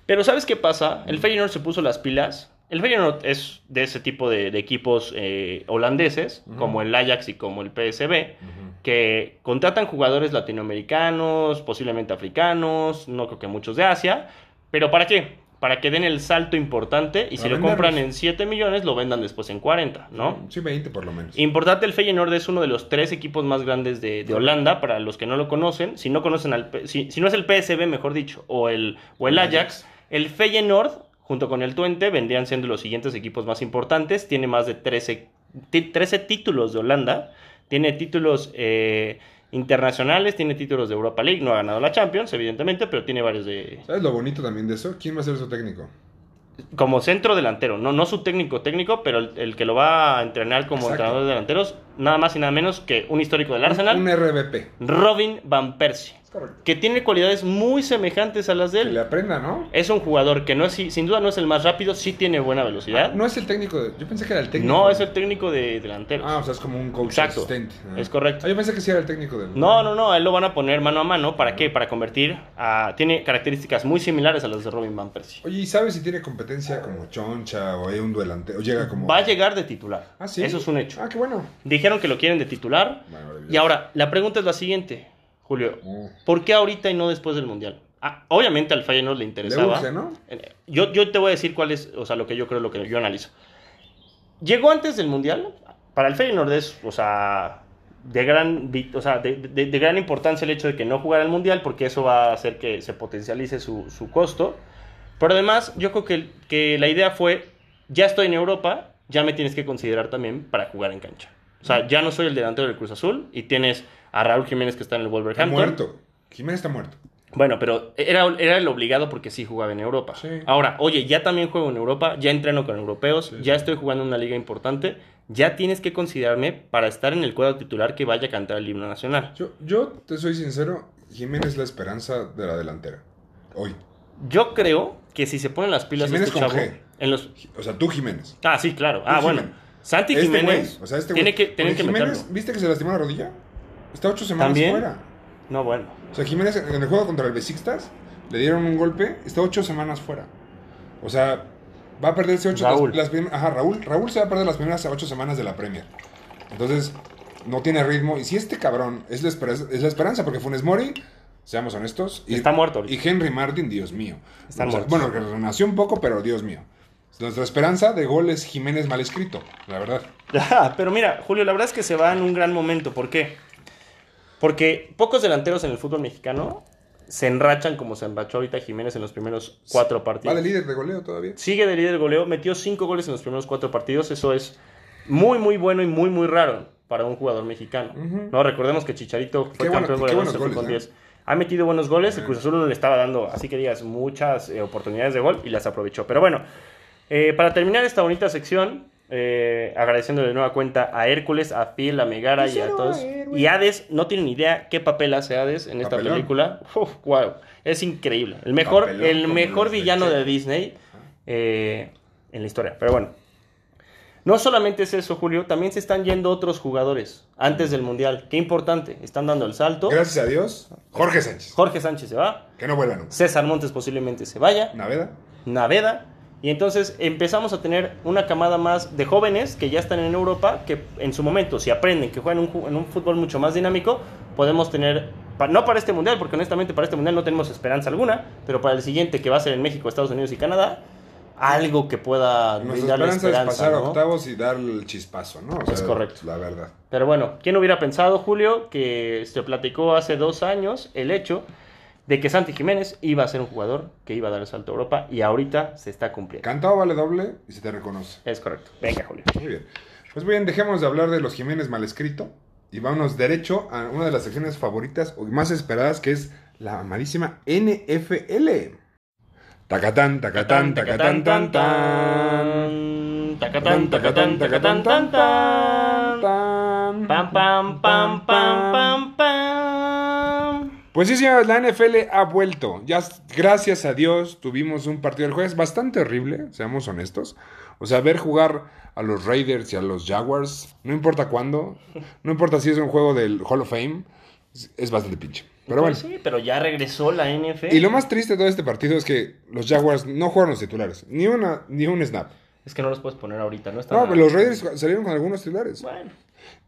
B: Pero ¿sabes qué pasa? El Feyenoord se puso las pilas El Feyenoord es de ese tipo de, de equipos eh, holandeses, como el Ajax y como el PSV, que contratan jugadores latinoamericanos, posiblemente africanos, no creo que muchos de Asia, pero ¿para qué? Para que den el salto importante y si
A: Para
B: lo compran
A: venderlos.
B: en 7 millones, lo vendan después en 40, ¿no?
A: Sí, 20 por lo menos.
B: Importante, el Feyenoord es uno de los tres equipos más grandes de, de Holanda, para los que no lo conocen. Si no conocen al P- si, si no es el PSV, mejor dicho, o el, o el
A: El
B: Ajax, el Feyenoord, junto con el Twente, vendrían siendo los siguientes equipos más importantes. Tiene más de 13, ti- 13 títulos de Holanda. Tiene títulos eh, internacionales, tiene títulos de Europa League. No ha ganado la Champions, evidentemente, pero tiene varios de...
A: ¿Sabes lo bonito también de eso? ¿Quién va a ser su técnico?
B: Como centro delantero, no, no su técnico técnico, pero el, el que lo va a entrenar como
A: Exacto.
B: entrenador de delanteros, nada más y nada menos que un histórico del Arsenal.
A: Un RBP.
B: Robin Van Persie,
A: Correcto.
B: que tiene cualidades muy semejantes a las de
A: Que le
B: él.
A: aprenda, ¿no?
B: Es un jugador que no es, sin duda no es el más rápido, sí tiene buena velocidad.
A: Ah, No es el técnico. de- Yo pensé que era el técnico.
B: No es el técnico de delanteros.
A: Ah, o sea, es como un coach
B: Exacto.
A: asistente. Ah.
B: Es correcto.
A: Ah, yo pensé que sí era el técnico del.
B: No, no, no, a él lo van a poner mano a mano. ¿Para qué? Para convertir a... Tiene características muy similares a las de Robin Van Persie.
A: Oye, ¿y sabes si tiene competencia como Choncha o hay un delantero? O llega como.
B: Va a llegar de titular.
A: Ah, sí.
B: Eso es un hecho.
A: Ah, qué bueno.
B: Dijeron que lo quieren de titular.
A: Bueno, maravilloso.
B: Y ahora, la pregunta es la siguiente, Julio.
A: Mm.
B: ¿Por qué ahorita y no después del Mundial? Ah, obviamente al Feyenoord le interesaba.
A: urge, ¿no?
B: Eh, Yo, yo te voy a decir cuál es, o sea, lo que yo creo, lo que yo analizo. Llegó antes del Mundial, para el Feyenoord es, o sea, de gran, vi- o sea, de, de- de gran importancia el hecho de que no jugara el Mundial, porque eso va a hacer que se potencialice su, su costo. Pero además, yo creo que, que la idea fue, ya estoy en Europa, ya me tienes que considerar también para jugar en cancha. O sea, ya no soy el delantero del Cruz Azul y tienes a Raúl Jiménez que está en el
A: Está
B: Wolverhampton.
A: muerto. Jiménez está muerto.
B: Bueno, pero era, era el obligado porque sí jugaba en Europa.
A: Sí.
B: Ahora, oye, ya también juego en Europa, ya entreno con europeos,
A: Sí,
B: ya
A: sí.
B: estoy jugando en una liga importante, ya tienes que considerarme para estar en el cuadro titular que vaya a cantar el himno nacional.
A: Yo, yo te soy sincero, Jiménez es la esperanza de la delantera. Hoy.
B: Yo creo que si se ponen las pilas
A: Jiménez
B: este
A: con
B: chavo
A: G.
B: en los
A: O sea, tú Jiménez.
B: Ah, sí, claro. Ah,
A: Jiménez.
B: bueno. Santi
A: Este
B: Jiménez
A: güey, o sea, este güey.
B: tiene que tienen
A: Porque
B: que
A: Jiménez,
B: meterlo.
A: ¿viste que se lastimó la rodilla? Está ocho semanas
B: ¿También?
A: fuera.
B: No, bueno.
A: O sea, Jiménez en el juego contra el Besiktas le dieron un golpe, está ocho semanas fuera. O sea, va a perderse ocho
B: Raúl.
A: Las, las prim- ajá, Raúl. Raúl se va a perder las primeras ocho semanas de la Premier. Entonces, no tiene ritmo. Y si este cabrón es la esperanza, es la esperanza porque Funes Mori, seamos honestos. Y,
B: Está muerto ahorita.
A: Y Henry Martin, Dios mío.
B: Están
A: O sea,
B: muertos.
A: Bueno, que renació un poco, pero Dios mío. Nuestra esperanza de gol es Jiménez mal escrito, la verdad.
B: Ah, [laughs] Pero mira, Julio, la verdad es que se va en un gran momento. ¿Por qué? Porque pocos delanteros en el fútbol mexicano se enrachan como se enrachó ahorita Jiménez en los primeros cuatro
A: Va
B: partidos.
A: de líder de goleo todavía.
B: Sigue de líder goleo, metió cinco goles en los primeros cuatro partidos. Eso es muy, muy bueno y muy, muy raro para un jugador mexicano.
A: Ujú.
B: No, recordemos que Chicharito fue
A: Qué bueno-
B: campeón
A: qué
B: goleador
A: buenos
B: se fue
A: goles,
B: con
A: ¿eh?
B: 10. Ha metido buenos goles, el Cruz Azul no le estaba dando, así que digas, muchas eh, oportunidades de gol y las aprovechó. Pero bueno, eh, para terminar esta bonita sección, eh, agradeciendo de nueva cuenta a Hércules, a Phil, a Megara y a todos. Y Hades, no tienen ni idea qué papel hace Hades en esta
A: Papelón.
B: película. Uf, wow, es increíble. El mejor,
A: Papelón
B: el
A: como
B: mejor
A: los de
B: villano
A: Che.
B: de Disney eh, en la historia. Pero bueno, no solamente es eso, Julio, también se están yendo otros jugadores antes del Mundial. Qué importante, están dando el salto.
A: Gracias a Dios, Jorge Sánchez.
B: Jorge Sánchez se va,
A: Que no vuelva nunca.
B: César Montes posiblemente se vaya,
A: Naveda.
B: Naveda. Y entonces empezamos a tener una camada más de jóvenes que ya están en Europa, que en su momento, si aprenden, que juegan un ju- en un fútbol mucho más dinámico, podemos tener, pa- no para este mundial, porque honestamente para este mundial no tenemos esperanza alguna, pero para el siguiente que va a ser en México, Estados Unidos y Canadá, algo que pueda
A: Nuestra
B: brindarle
A: esperanza,
B: esperanza.
A: es pasar a
B: ¿no?
A: octavos y dar el chispazo, ¿no? O
B: Es correcto.
A: La verdad.
B: Pero bueno, ¿quién hubiera pensado, Julio, que se platicó hace dos años el hecho de que Santi Jiménez iba a ser un jugador que iba a dar el salto a Europa y ahorita se está cumpliendo?
A: Cantado vale doble y se te reconoce.
B: Es correcto. Venga, Julio.
A: Muy bien. Pues bien, dejemos de hablar de los Jiménez mal escrito y vámonos derecho a una de las secciones favoritas o más esperadas que es la amadísima NFL. Tacatán, tacatán, tacatán, tan, tan.
B: Tacatán, tacatán, tacatán, tan, tan.
A: tan.
B: Pam, pam, pam, pam, pam, pam.
A: Pues sí, señores, la NFL ha vuelto. Ya, s- gracias a Dios, tuvimos un partido el jueves bastante horrible, seamos honestos. O sea, ver jugar a los Raiders y a los Jaguars, no importa cuándo, no importa si es un juego del Hall of Fame, es- es bastante pinche. Pero bueno.
B: Pues sí, pero ya regresó la NFL.
A: Y lo más triste de todo este partido es que los Jaguars no jugaron los titulares, ni, una, ni un snap.
B: Es que no los puedes poner ahorita, ¿no? Está
A: No,
B: nada.
A: pero los Raiders salieron con algunos titulares.
B: Ah. Bueno,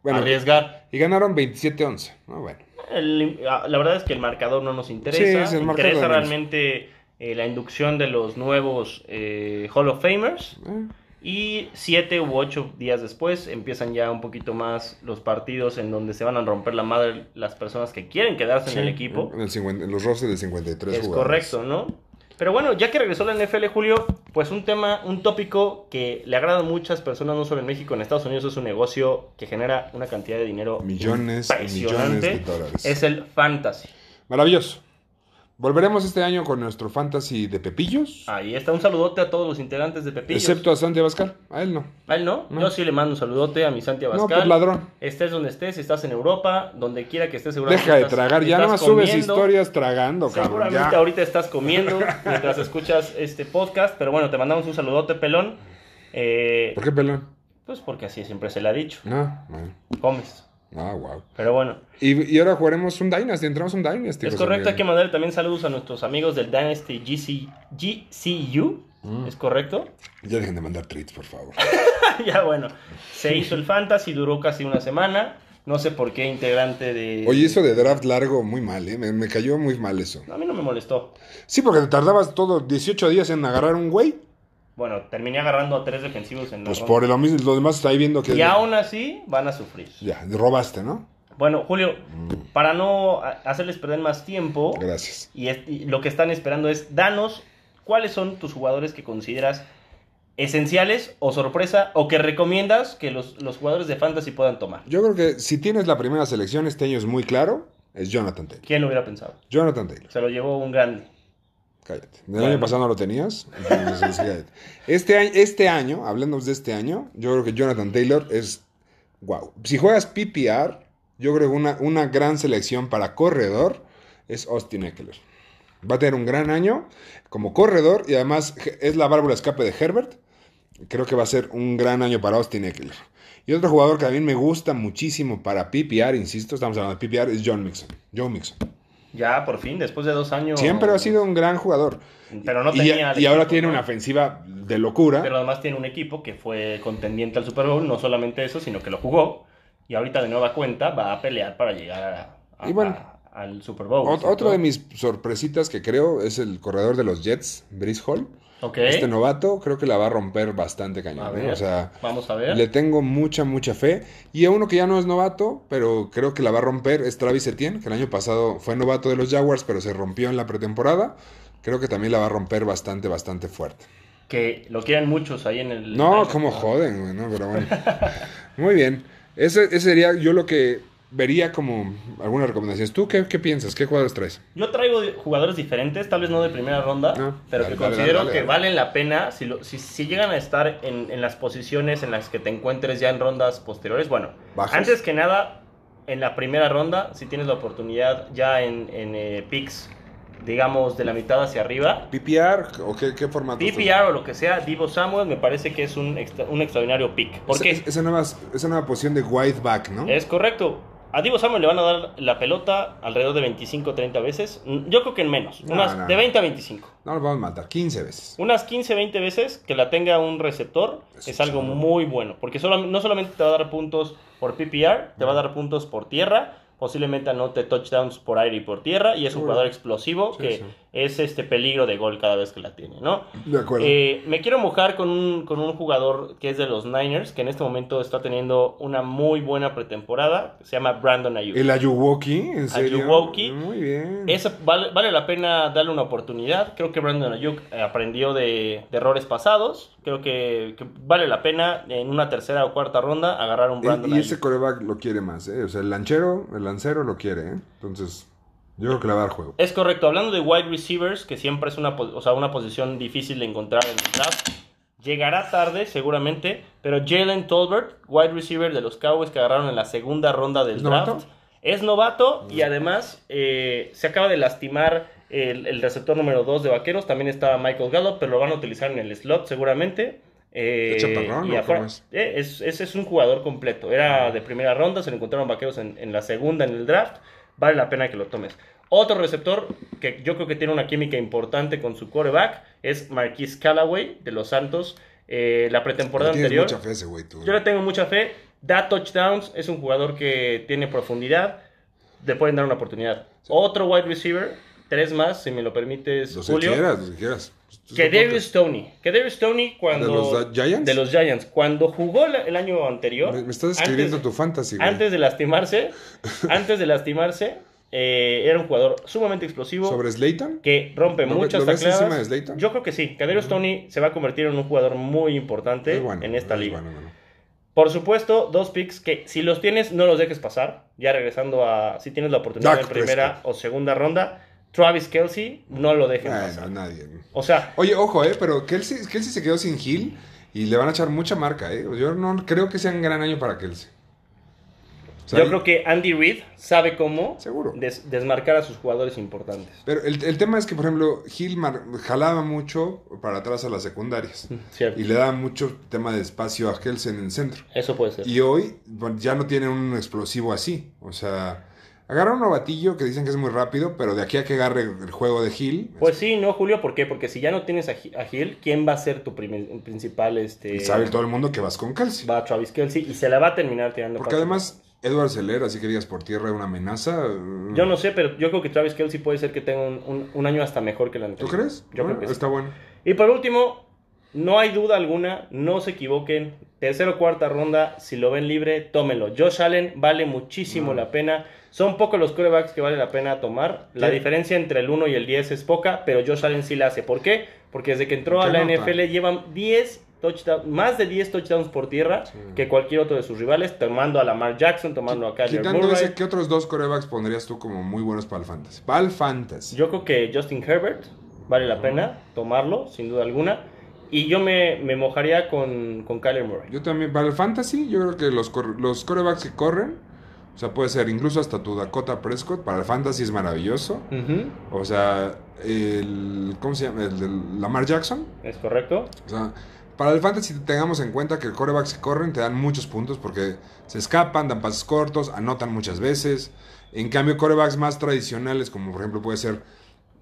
A: Bueno,
B: arriesgar.
A: y ganaron 27-11. No, bueno.
B: El- ah, la verdad es que el marcador no nos interesa.
A: Sí, es el
B: Nos
A: marcador
B: interesa
A: de menos.
B: realmente eh, la inducción de los nuevos eh, Hall of Famers.
A: Eh,
B: Y siete u ocho días después empiezan ya un poquito más los partidos en donde se van a romper la madre las personas que quieren quedarse en el
A: sí,
B: equipo.
A: eh, en el 50 en los rosters de 53
B: Es
A: jugadores.
B: correcto, ¿no? Pero bueno, ya que regresó la NFL, Julio, pues un tema, un tópico que le agrada a muchas personas, no solo en México, en Estados Unidos es un negocio que genera una cantidad de dinero
A: Millones y millones de dólares.
B: Es el fantasy.
A: Maravilloso. Volveremos este año con nuestro fantasy de Pepillos.
B: Ahí está, un saludote a todos los integrantes de Ah, Pepillos.
A: Excepto a Santi Abascal. A él no.
B: ¿A él no?
A: No.
B: Yo sí le mando un saludote a mi Santi
A: No,
B: Abascal.
A: pues ladrón.
B: Estés donde estés, si estás en Europa, donde quiera que estés, seguramente
A: Deja de
B: estás-
A: tragar. Ya
B: estás
A: nada más subes
B: comiendo.
A: historias tragando, cabrón.
B: Seguramente
A: Ya.
B: ahorita estás comiendo mientras escuchas este podcast, pero bueno, te mandamos un saludote, pelón. Eh,
A: ¿Por qué pelón?
B: pues porque así siempre se le ha dicho,
A: No, bueno.
B: comes.
A: Ah, wow.
B: Pero bueno,
A: Y, y ahora jugaremos un Dynasty. Entramos un Dynasty.
B: es
A: José
B: correcto, hay que
A: Miguel.
B: mandarle también saludos a nuestros amigos del Dynasty GC, GCU,
A: Mm.
B: ¿es correcto? [laughs]
A: Ya dejen de mandar tweets, por favor.
B: ya bueno, se hizo el fantasy, duró casi una semana, no sé por qué integrante de...
A: Oye, eso de draft largo, muy mal, ¿eh? Me, me cayó muy mal eso.
B: No, A mí no me molestó.
A: Sí, porque te tardabas todos 18 días en agarrar un güey.
B: Bueno, terminé agarrando a tres defensivos en la
A: Pues
B: ronda.
A: por lo mismo, los demás está ahí viendo que.
B: Y aún así van a sufrir.
A: Ya, robaste, ¿no?
B: Bueno, Julio, para no a- hacerles perder más tiempo,
A: Gracias.
B: y, es- y lo que están esperando es, danos cuáles son tus jugadores que consideras esenciales o sorpresa o que recomiendas que los, los jugadores de fantasy puedan tomar.
A: Yo creo que si tienes la primera selección este año es muy claro, es Jonathan Taylor.
B: ¿Quién lo hubiera pensado?
A: Jonathan Taylor,
B: Se lo llevó un grande.
A: cállate. El
B: Bueno.
A: año pasado no lo tenías. entonces, cállate. Este año, este año, hablando de este año, yo creo que Jonathan Taylor es wow. Si juegas PPR, yo creo que una, una gran selección para corredor es Austin Eckler. Va a tener un gran año como corredor y además es la válvula escape de Herbert. Creo que va a ser un gran año para Austin Eckler. Y otro jugador que a mí me gusta muchísimo para PPR, insisto, estamos hablando de PPR, es John Mixon. Joe Mixon.
B: Ya, por fin, después de dos años.
A: Siempre ha sido un gran jugador.
B: Pero no
A: Y-
B: tenía
A: y,
B: el
A: ahora
B: equipo,
A: tiene
B: ¿no?
A: una ofensiva de locura.
B: Pero además tiene un equipo que fue contendiente al Super Bowl, no solamente eso, sino que lo jugó. Y ahorita de nueva cuenta va a pelear para llegar a- a-
A: Y bueno,
B: a- al Super Bowl.
A: Ot- otro de
B: mis
A: mis sorpresitas que creo es el corredor de los Jets, Brice Hall.
B: Ok.
A: Este novato creo que la va a romper bastante
B: A
A: cañón. ¿eh?
B: ver,
A: O sea,
B: vamos a ver.
A: le tengo mucha, mucha fe. Y a uno que ya no es novato, pero creo que la va a romper, es Travis Etienne, que el año pasado fue novato de los Jaguars, pero se rompió en la pretemporada. Creo que también la va a romper bastante, bastante fuerte.
B: Que lo quieran muchos ahí en el. Ah,
A: No, como joden, güey, no, pero bueno. Muy bien. Ese, ese sería yo lo que vería como algunas recomendaciones. ¿Tú qué, qué piensas? ¿Qué jugadores traes?
B: Yo traigo de- jugadores diferentes, tal vez no de primera ronda,
A: No,
B: pero
A: dale,
B: que
A: dale,
B: considero
A: dale, dale, dale.
B: que valen la pena. Si, lo- si, si llegan a estar en, en las posiciones en las que te encuentres ya en rondas posteriores, bueno,
A: Bajas.
B: antes que nada, en la primera ronda, si tienes la oportunidad ya en, en eh, picks, digamos, de la mitad hacia arriba,
A: ¿PPR o qué, qué formato?
B: PPR o lo que sea, Divo Samuel, me parece que es un, extra- un extraordinario pick. ¿Por qué?
A: Esa, esa nueva, esa nueva posición de wide back, ¿no?
B: Es correcto. A Divo Samuel le van a dar la pelota alrededor de 25 30 veces. Mm, Yo creo que en menos.
A: No,
B: unas
A: no,
B: de
A: no.
B: 20 a 25.
A: No lo vamos a matar 15 veces.
B: Unas 15 20 veces que la tenga un receptor
A: Es
B: es, algo
A: chingón.
B: muy bueno. Porque solam- no solamente te va a dar puntos por PPR, te va a dar puntos por tierra. Posiblemente anote touchdowns por aire y por tierra. Y es un
A: Seguro.
B: jugador explosivo
A: Sí,
B: que
A: sí.
B: es este peligro de gol cada vez que la tiene, ¿no?
A: De acuerdo.
B: Eh, me quiero mojar con un, con un jugador que es de los Niners, que en este momento está teniendo una muy buena pretemporada. Se llama Brandon Ayuk.
A: el Ayuwoki, en serio.
B: Ayuwoki.
A: Muy bien.
B: Ese vale, vale la pena darle una oportunidad. Creo que Brandon Ayuk eh, aprendió de, de errores pasados. Creo que, que vale la pena en una tercera o cuarta ronda agarrar un
A: Y-
B: Brandon
A: y
B: Ayuk.
A: ese coreback lo quiere más, ¿eh? O sea, el lanchero, el lancero lo quiere, ¿eh? Entonces, yo creo que le va a dar juego.
B: Es correcto, hablando de wide receivers, que siempre es una, po- o sea, una posición difícil de encontrar en el draft, llegará tarde seguramente, pero Jalen Tolbert, wide receiver de los Cowboys que agarraron en la segunda ronda del
A: ¿Es
B: draft,
A: novato?
B: es novato y además eh, se acaba de lastimar el, el receptor número 2 de Vaqueros, también está Michael Gallup, pero lo van a utilizar en el slot seguramente. eh,
A: ¿Es chaparrón
B: y
A: o
B: afuera-
A: cómo es?
B: eh, es, es- es un jugador completo. Era de primera ronda, se lo encontraron vaqueros en, en la segunda en el draft. Vale la pena que lo tomes. Otro receptor que yo creo que tiene una química importante con su quarterback es Marquis Callaway de los Santos. eh, la pretemporada
A: tienes
B: anterior.
A: mucha fe ese güey, tú. ¿eh?
B: Yo le tengo mucha fe. Da touchdowns, es un jugador que tiene profundidad. Le pueden dar una oportunidad. Otro wide receiver, tres más, si me lo permites,
A: Los que
B: Julio.
A: quieras, los que quieras. Esto es
B: Que
A: un
B: Darius Tony. Que Darius Tony cuando.
A: ¿De los Gi- Giants?
B: de los Giants. Cuando jugó la- el año anterior.
A: podcast. Me, me estás escribiendo
B: antes-
A: tu fantasy, güey.
B: antes de lastimarse, [laughs] antes de lastimarse, eh, era un jugador sumamente explosivo
A: ¿Sobre Slayton?
B: que rompe
A: ¿Lo ve-
B: muchas
A: lo ves
B: tacleadas.
A: encima de Slayton?
B: Yo creo que sí. Cadero Stoney se va a convertir en un jugador muy importante
A: Es bueno,
B: en esta
A: es
B: liga.
A: bueno, bueno.
B: Por supuesto, dos picks que si los tienes, no los dejes pasar. Ya regresando a si tienes la oportunidad
A: Dak
B: en primera
A: Prescott.
B: o segunda ronda, Travis Kelsey, no lo dejen
A: Bueno,
B: pasar.
A: nadie.
B: O sea,
A: Oye, ojo, eh, pero Kelsey, Kelsey se quedó sin Gil y le van a echar mucha marca, eh. Yo no creo que sea un gran año para Kelsey. O sea,
B: yo creo que Andy Reid sabe cómo
A: Seguro.
B: des- desmarcar a sus jugadores importantes.
A: Pero el, el tema es que, por ejemplo, Gil mar- jalaba mucho para atrás a las secundarias.
B: Cierto.
A: Mm. Y le daba mucho tema de espacio a Kelsey en el centro.
B: Eso puede ser.
A: Y hoy bueno, ya no tienen un explosivo así. O sea, agarra un novatillo que dicen que es muy rápido, pero de aquí a que agarre el juego de Gil,
B: Pues sí, no, Julio, ¿por qué? Porque si ya no tienes a, Gi- a Hill, ¿quién va a ser tu primer- principal este
A: sabe todo el mundo que vas con Kelsey.
B: va a Travis Kelsey y se la va a terminar tirando
A: Porque
B: Patrick
A: además, Edward Seller, así que digas por tierra, una amenaza. mm,
B: Mahomes. Yo no sé, pero yo creo que Travis Kelsey puede ser que tenga un, un- un año hasta mejor que el
A: ¿Tú
B: anterior.
A: crees?
B: Yo
A: Bueno,
B: creo que sí.
A: Está bueno.
B: Y por último, no hay duda alguna, no se equivoquen. Tercera o cuarta ronda, si lo ven libre, tómenlo. Josh Allen vale muchísimo la pena. Son pocos los corebacks que vale la pena tomar. La
A: Sí.
B: diferencia entre el 1 y el 10 es poca, pero Josh Allen sí la hace. ¿Por qué? Porque desde que entró a
A: Mucha
B: la
A: nota.
B: NFL llevan 10 touchdowns, más de 10 touchdowns por tierra que cualquier otro de sus rivales, tomando a Lamar Jackson, tomando a Kyler
A: Quitando
B: Murray.
A: ese, ¿qué otros dos corebacks pondrías tú como muy buenos para el fantasy? Para el fantasy.
B: Yo creo que Justin Herbert vale la pena tomarlo, sin duda alguna. Y yo me, me mojaría con, con Kyler Murray.
A: Yo también, para el fantasy, yo creo que los, cor- los corebacks que corren, o sea, puede ser incluso hasta tu Dakota Prescott, para el fantasy es maravilloso.
B: Ujú,
A: O sea, el, ¿cómo se llama? El, del Lamar Jackson.
B: ¿Es correcto?
A: O sea, para el fantasy tengamos en cuenta que corebacks que corren te dan muchos puntos porque se escapan, dan pases cortos, anotan muchas veces. En cambio, corebacks más tradicionales, como por ejemplo puede ser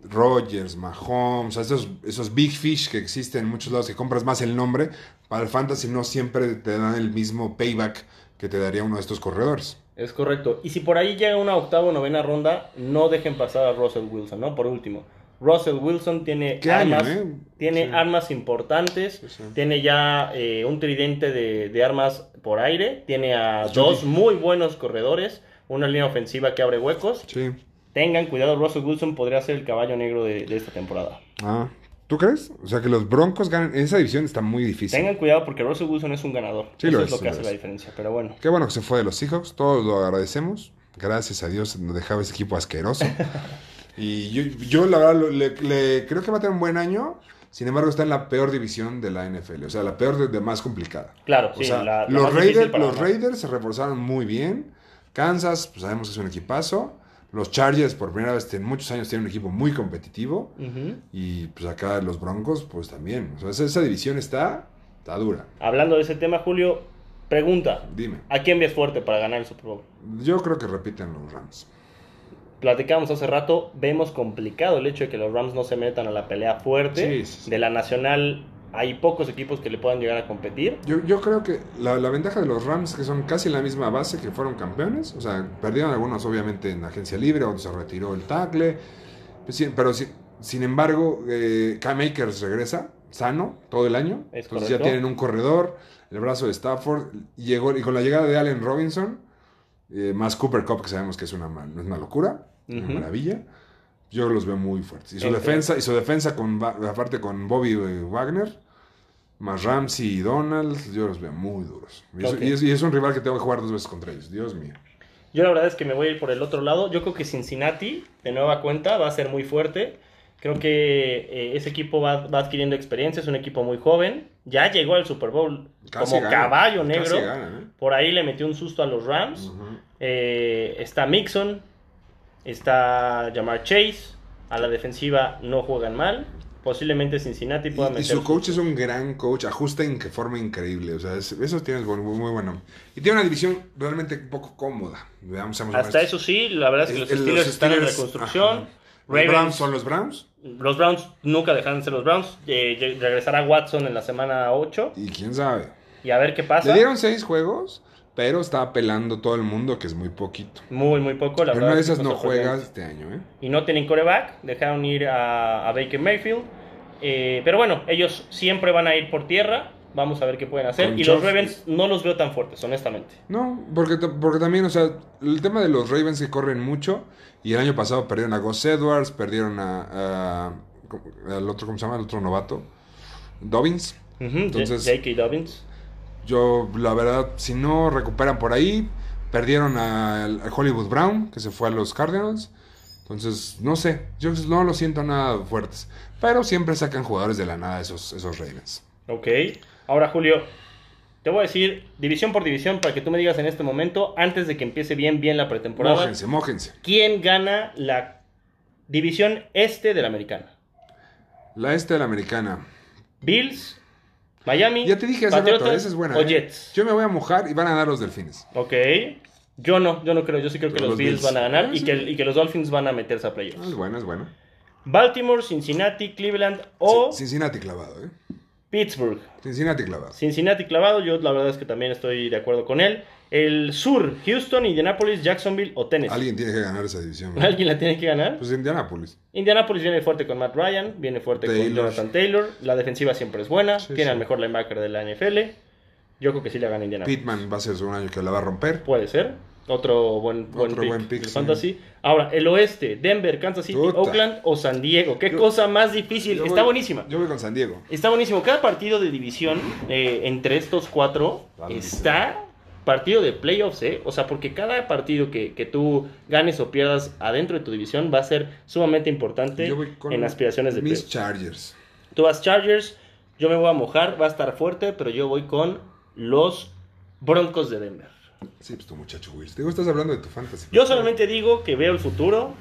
A: Rogers, Mahomes, o sea, esos, esos big fish que existen en muchos lados que compras más el nombre, para el fantasy no siempre te dan el mismo payback que te daría uno de estos corredores.
B: Es correcto. Y si por ahí llega una octava o novena ronda, no dejen pasar a Russell Wilson, ¿no? Por último. Russell Wilson tiene
A: Qué año,
B: armas,
A: ¿eh?
B: tiene
A: Sí.
B: armas importantes,
A: sí.
B: tiene ya eh, un tridente de, de armas por aire, tiene a
A: Judy.
B: dos muy buenos corredores, una línea ofensiva que abre huecos.
A: Sí.
B: Tengan cuidado, Russell Wilson podría ser el caballo negro de- de esta temporada.
A: Ah, ¿tú crees? O sea, que los Broncos ganan. Esa división está muy difícil.
B: Tengan cuidado porque Russell Wilson es un ganador.
A: Sí,
B: Eso
A: lo es,
B: es, lo que
A: lo
B: hace
A: es.
B: la diferencia. Pero bueno,
A: Qué bueno que se fue de los Seahawks, todos lo agradecemos. Gracias a Dios nos dejaba ese equipo asqueroso. Y yo, yo, la verdad lo- le, le- creo que va a tener un buen año. Sin embargo, está en la peor división de la NFL, o sea, la peor de, de más complicada.
B: claro,
A: O
B: sí,
A: sea,
B: la- la
A: los,
B: más difícil
A: Raiders,
B: para
A: los
B: ganar.
A: Raiders se reforzaron muy bien. Kansas, pues sabemos que es un equipazo. Los Chargers, por primera vez en muchos años, tienen un equipo muy competitivo.
B: Ujú.
A: Y pues acá los Broncos, pues también. O sea, esa, esa división está, está dura.
B: Hablando de ese tema, Julio, pregunta:
A: Dime.
B: ¿a quién ves fuerte para ganar el Super Bowl?
A: Yo creo que repiten los Rams.
B: Platicamos hace rato, vemos complicado el hecho de que los Rams no se metan a la pelea fuerte.
A: Sí, sí, sí.
B: De la Nacional, hay pocos equipos que le puedan llegar a competir.
A: Yo, yo creo que la, la ventaja de los Rams, que son casi la misma base que fueron campeones, o sea, perdieron algunos obviamente en agencia libre, donde se retiró el tackle, pues, sí, pero sin, sin embargo, eh, Cam Akers regresa sano todo el año,
B: Es
A: entonces
B: correcto.
A: ya tienen un corredor, el brazo de Stafford, llegó, y con la llegada de Allen Robinson, eh, más Cooper Cup, que sabemos que es una, ma- es una locura,
B: Ujú.
A: una maravilla. Yo los veo muy fuertes. Y su
B: Entre-
A: defensa, y su defensa con, Va- aparte con Bobby eh, Wagner, más Ramsey y Donald, yo los veo muy duros. Y, es-
B: Ok.
A: y es, y es un rival que tengo que jugar dos veces contra ellos. Dios mío.
B: Yo la verdad es que me voy a ir por el otro lado. Yo creo que Cincinnati, de nueva cuenta, va a ser muy fuerte. Creo que eh, ese equipo va, va adquiriendo experiencia, es un equipo muy joven. Ya llegó al Super Bowl
A: Casi
B: como
A: gana,
B: caballo
A: casi
B: negro.
A: gana, ¿eh?
B: Por ahí le metió un susto a los Rams.
A: Ujú.
B: Eh, está Mixon, está Jamar Chase. A la defensiva no juegan mal. Posiblemente Cincinnati pueda
A: Y, y
B: meter
A: su coach es un gran coach, ajusta en que forma increíble. O sea, es- eso tienes bu- muy, muy bueno. Y tiene una división realmente un poco cómoda. Veamos, seamos
B: Hasta
A: honestos.
B: eso sí, la verdad es que
A: El-
B: los
A: pues, el-
B: Steelers, están en
A: Steelers,
B: reconstrucción.
A: ajá. ¿Los
B: Ravens-
A: Browns son los Browns?
B: Los Browns nunca dejaron de ser los Browns. Eh, ye- regresará Watson en la semana 8
A: Y quién sabe.
B: y a ver qué pasa.
A: Le dieron seis juegos, pero está apelando todo el mundo, que es muy poquito.
B: Muy, muy poco. La
A: Pero una
B: verdad,
A: de
B: sí
A: esas no
B: costó por
A: juega
B: Browns.
A: este año, ¿eh?
B: Y no tienen coreback. Dejaron ir a, a Baker Mayfield. Eh, pero bueno, ellos siempre van a ir por tierra. Vamos a ver qué pueden hacer.
A: Con
B: y los
A: Josh-
B: Ravens no los veo tan fuertes, honestamente.
A: No, porque, ta- porque también, o sea, el tema de los Ravens que corren mucho, y el año pasado perdieron a Gus Edwards, perdieron a, a- al otro, ¿cómo se llama? El otro novato, Dobbins.
B: Ujú,
A: Entonces-
B: J- J.K. Dobbins.
A: Yo, la verdad, si no recuperan por ahí, perdieron al al Hollywood Brown, que se fue a los Cardinals. Entonces, no sé, yo no lo siento nada fuertes. Pero siempre sacan jugadores de la nada esos, esos Ravens.
B: Ok. Ahora, Julio, te voy a decir división por división para que tú me digas en este momento, antes de que empiece bien, bien la pretemporada,
A: Mójense, mójense.
B: ¿quién gana la división este de la americana?
A: La este de la americana.
B: ¿Bills? ¿Miami?
A: Ya te dije hace rato,
B: Patriotas
A: esa es buena.
B: ¿O
A: ¿eh?
B: Jets?
A: Yo me voy a mojar y van a dar los delfines.
B: Ok. Yo no, yo no creo. Yo sí creo que
A: Pero los
B: los Bills
A: Bills.
B: van a ganar
A: Ah,
B: y
A: sí.
B: que, y que los Dolphins van a meterse a playoffs.
A: Es buena, es buena.
B: Baltimore, Cincinnati, Cleveland o
A: Cin- Cincinnati clavado, ¿eh?
B: Pittsburgh.
A: Cincinnati clavado.
B: Cincinnati clavado, yo la verdad es que también estoy de acuerdo con él. El sur, Houston, Indianapolis, Jacksonville o Tennessee. ¿Alguien,
A: Alguien tiene que ganar esa división. ¿no?
B: la tiene que ganar?
A: Pues Indianapolis.
B: Indianapolis viene fuerte con Matt Ryan, viene fuerte con
A: Taylor.
B: Jonathan Taylor. La defensiva siempre es buena,
A: Sí,
B: tiene
A: sí.
B: al mejor linebacker de la NFL. Yo creo que sí la gana Indianapolis.
A: Pittman va a ser un año que la va a romper.
B: Puede ser. Otro buen, buen
A: Otro
B: pick,
A: buen pick,
B: del
A: sí.
B: fantasy. Ahora, el oeste, Denver, Kansas City,
A: Puta.
B: Oakland o San Diego. Qué
A: Yo-
B: cosa más difícil.
A: Yo
B: Está
A: voy-
B: buenísima.
A: Yo voy con San Diego.
B: Está buenísimo. Cada partido de división eh, entre estos cuatro
A: Dale,
B: está partido de playoffs, ¿eh? O sea, porque cada partido que, que tú ganes o pierdas adentro de tu división va a ser sumamente importante
A: Yo voy con
B: en aspiraciones de
A: mis
B: playoffs.
A: Chargers.
B: Tú vas Chargers, yo me voy a mojar, va a estar fuerte, pero yo voy con los Broncos de Denver.
A: Sí, pues tu muchacho Will. Digo, estás hablando de tu fantasy.
B: Yo solamente digo que veo el futuro.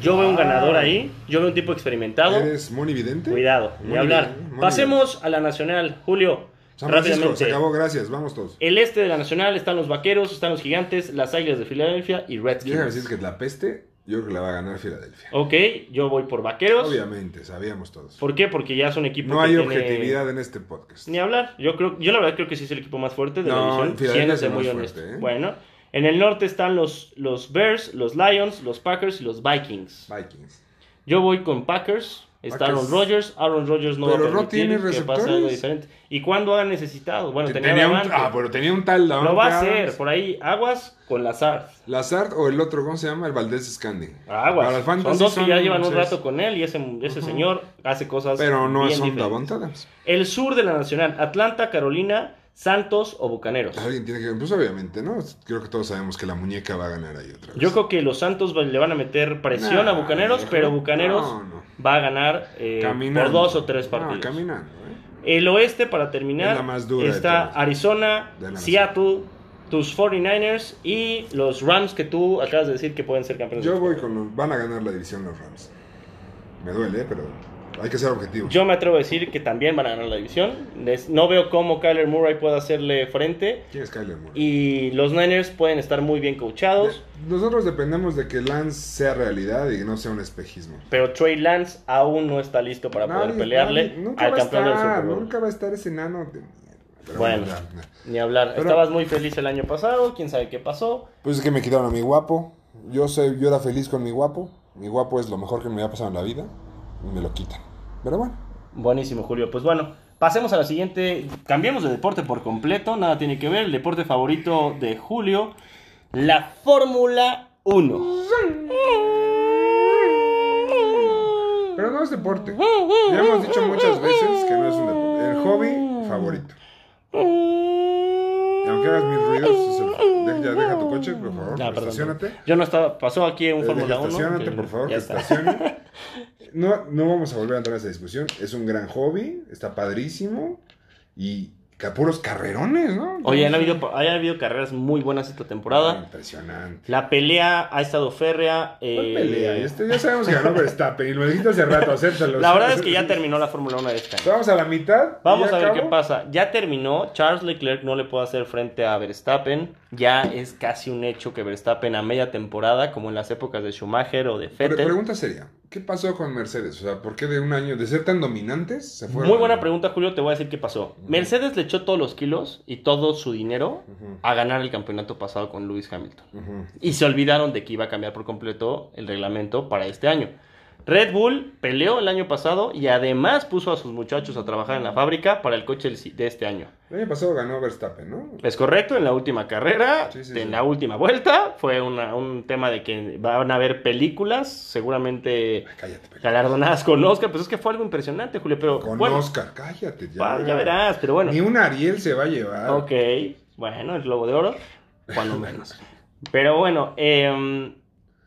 B: Yo veo un ganador ahí. Yo veo un tipo experimentado.
A: Ah. ¿Eres muy evidente?
B: Cuidado, ni
A: Muy
B: hablar.
A: evidente, muy
B: Pasemos a la nacional, Julio.
A: evidente. San Francisco, se
B: Rápidamente.
A: acabó, gracias. Vamos todos.
B: El este de la nacional están los vaqueros, están los gigantes, las águilas de Filadelfia y
A: Déjame
B: Redskins.
A: decir que la peste, yo creo que la va a ganar Filadelfia.
B: Ok, yo voy por vaqueros.
A: Obviamente, sabíamos todos.
B: ¿Por qué? Porque ya es un equipo
A: No
B: que
A: hay
B: tiene-
A: objetividad en este podcast.
B: Ni hablar. Yo creo, yo la verdad creo que sí es el equipo más fuerte de la
A: No,
B: división,
A: Filadelfia es
B: siéndote
A: el
B: muy
A: más
B: honesto.
A: fuerte, ¿eh?
B: Bueno, en el norte están los, los Bears, los Lions, los Packers y los Vikings.
A: Vikings.
B: Yo voy con Packers. Está
A: Packers.
B: Aaron Rodgers. Aaron Rodgers no va
A: Pero
B: a
A: no
B: permitir
A: tiene
B: que pase algo
A: receptores.
B: diferente. ¿Y cuándo ha necesitado? Bueno, tenía,
A: Tenía un,
B: Davante.
A: ah, pero tenía un tal
B: Lo va a
A: Davante
B: hacer.
A: Adams.
B: Por ahí, aguas con Lazard.
A: Lazard o el otro, ¿cómo se llama? El Valdés Scandi.
B: Aguas.
A: el
B: Son
A: fantasy
B: dos que ya
A: son-
B: llevan un
A: sí,
B: rato con él y ese, ese señor hace cosas
A: Pero no
B: bien
A: son
B: diferentes.
A: Davante Adams.
B: El sur de la Nacional. Atlanta, Carolina, Santos o Bucaneros.
A: Alguien tiene que. Pues obviamente, ¿no? Creo que todos sabemos que la muñeca va a ganar ahí otra vez.
B: Yo creo que los Santos va- le van a meter presión
A: Nah,
B: a Bucaneros,
A: viejo.
B: pero Bucaneros
A: No, no.
B: va a ganar eh, por dos o tres partidos.
A: No, caminando, ¿eh?
B: El oeste, para terminar,
A: Es la más dura de
B: está
A: todas.
B: Arizona,
A: De la nación.
B: Seattle, tus 49ers y los Rams que tú acabas de decir que pueden ser campeones.
A: Yo voy con los. Van a ganar la división los Rams. Me duele, ¿eh? pero hay que ser objetivos.
B: Yo me atrevo a decir que también van a ganar la división. Les- No veo cómo Kyler Murray pueda hacerle frente.
A: ¿Quién es Kyler Murray?
B: Y los Niners pueden estar muy bien coachados.
A: Nosotros dependemos de que Lance sea realidad y no sea un espejismo.
B: Pero Trey Lance aún no está listo para poder
A: Nadie-
B: pelearle
A: nadie- nunca
B: al
A: va a
B: campeón del
A: estar,
B: Super Bowl.
A: Nunca va a estar ese nano de mierda. Pero
B: Bueno.
A: ya, ya.
B: Ni hablar.
A: Pero-
B: Estabas muy feliz el año pasado. Quién sabe qué pasó.
A: Pues es que me quitaron a mi guapo. Yo soy, yo era feliz con mi guapo. Mi guapo es lo mejor que me ha pasado en la vida. Y me lo quitan. Pero bueno.
B: Buenísimo, Julio. Pues bueno, pasemos a la siguiente. Cambiemos de deporte por completo. Nada tiene que ver. El deporte favorito de Julio. La Fórmula 1.
A: Pero no es deporte. Ya hemos dicho muchas veces que no es un deporte. El hobby favorito. Y aunque hagas mis ruidos, es el- de- ya deja tu coche, por favor.
B: Ah, perdón.
A: estacionate.
B: Yo no estaba. Pasó aquí un
A: Eh,
B: Fórmula
A: deja,
B: 1.
A: estacionate, por favor,
B: Ya
A: que
B: está.
A: estacione. No, no vamos a volver a entrar a esa discusión. Es un gran hobby, está padrísimo. Y ca- puros carrerones, ¿no?
B: Oye, han habido, han habido carreras muy buenas esta temporada.
A: Impresionante.
B: La pelea ha estado férrea. eh,
A: ¿Cuál pelea? Este, ya sabemos que
B: [laughs]
A: ganó Verstappen y lo dijiste hace rato, acéptalo.
B: La verdad
A: [laughs]
B: es que ya terminó la Fórmula 1 de este año.
A: Vamos a la mitad. y
B: Vamos
A: ya
B: a ver
A: acabó.
B: qué pasa. Ya terminó. Charles Leclerc no le puede hacer frente a Verstappen. Ya es casi un hecho que Verstappen a media temporada, como en las épocas de Schumacher o de
A: Pre-
B: Vettel.
A: pregunta seria, ¿qué pasó con Mercedes? O sea, ¿por qué de un año de ser tan dominantes se fueron?
B: Muy buena pregunta, Julio. Te voy a decir qué pasó.
A: Ujú.
B: Mercedes le echó todos los kilos y todo su dinero
A: Ujú,
B: a ganar el campeonato pasado con Lewis Hamilton.
A: ujú.
B: Y se olvidaron de que iba a cambiar por completo el reglamento para este año. Red Bull peleó el año pasado y además puso a sus muchachos a trabajar en la fábrica para el coche del si- de este año.
A: El año pasado ganó Verstappen, ¿no?
B: Es correcto, en la última carrera,
A: Sí, sí,
B: en
A: sí.
B: la última vuelta, fue una- un tema de que van a haber películas, seguramente
A: Ay, cállate, Pepe.
B: galardonadas con Oscar, pues es que fue algo impresionante, Julio, pero
A: Con
B: bueno,
A: Oscar, cállate. Ya,
B: pa- ya verás, pero bueno.
A: Ni un Ariel se va a llevar.
B: Ok, bueno, el Globo de Oro, cuando menos. Pero bueno, eh,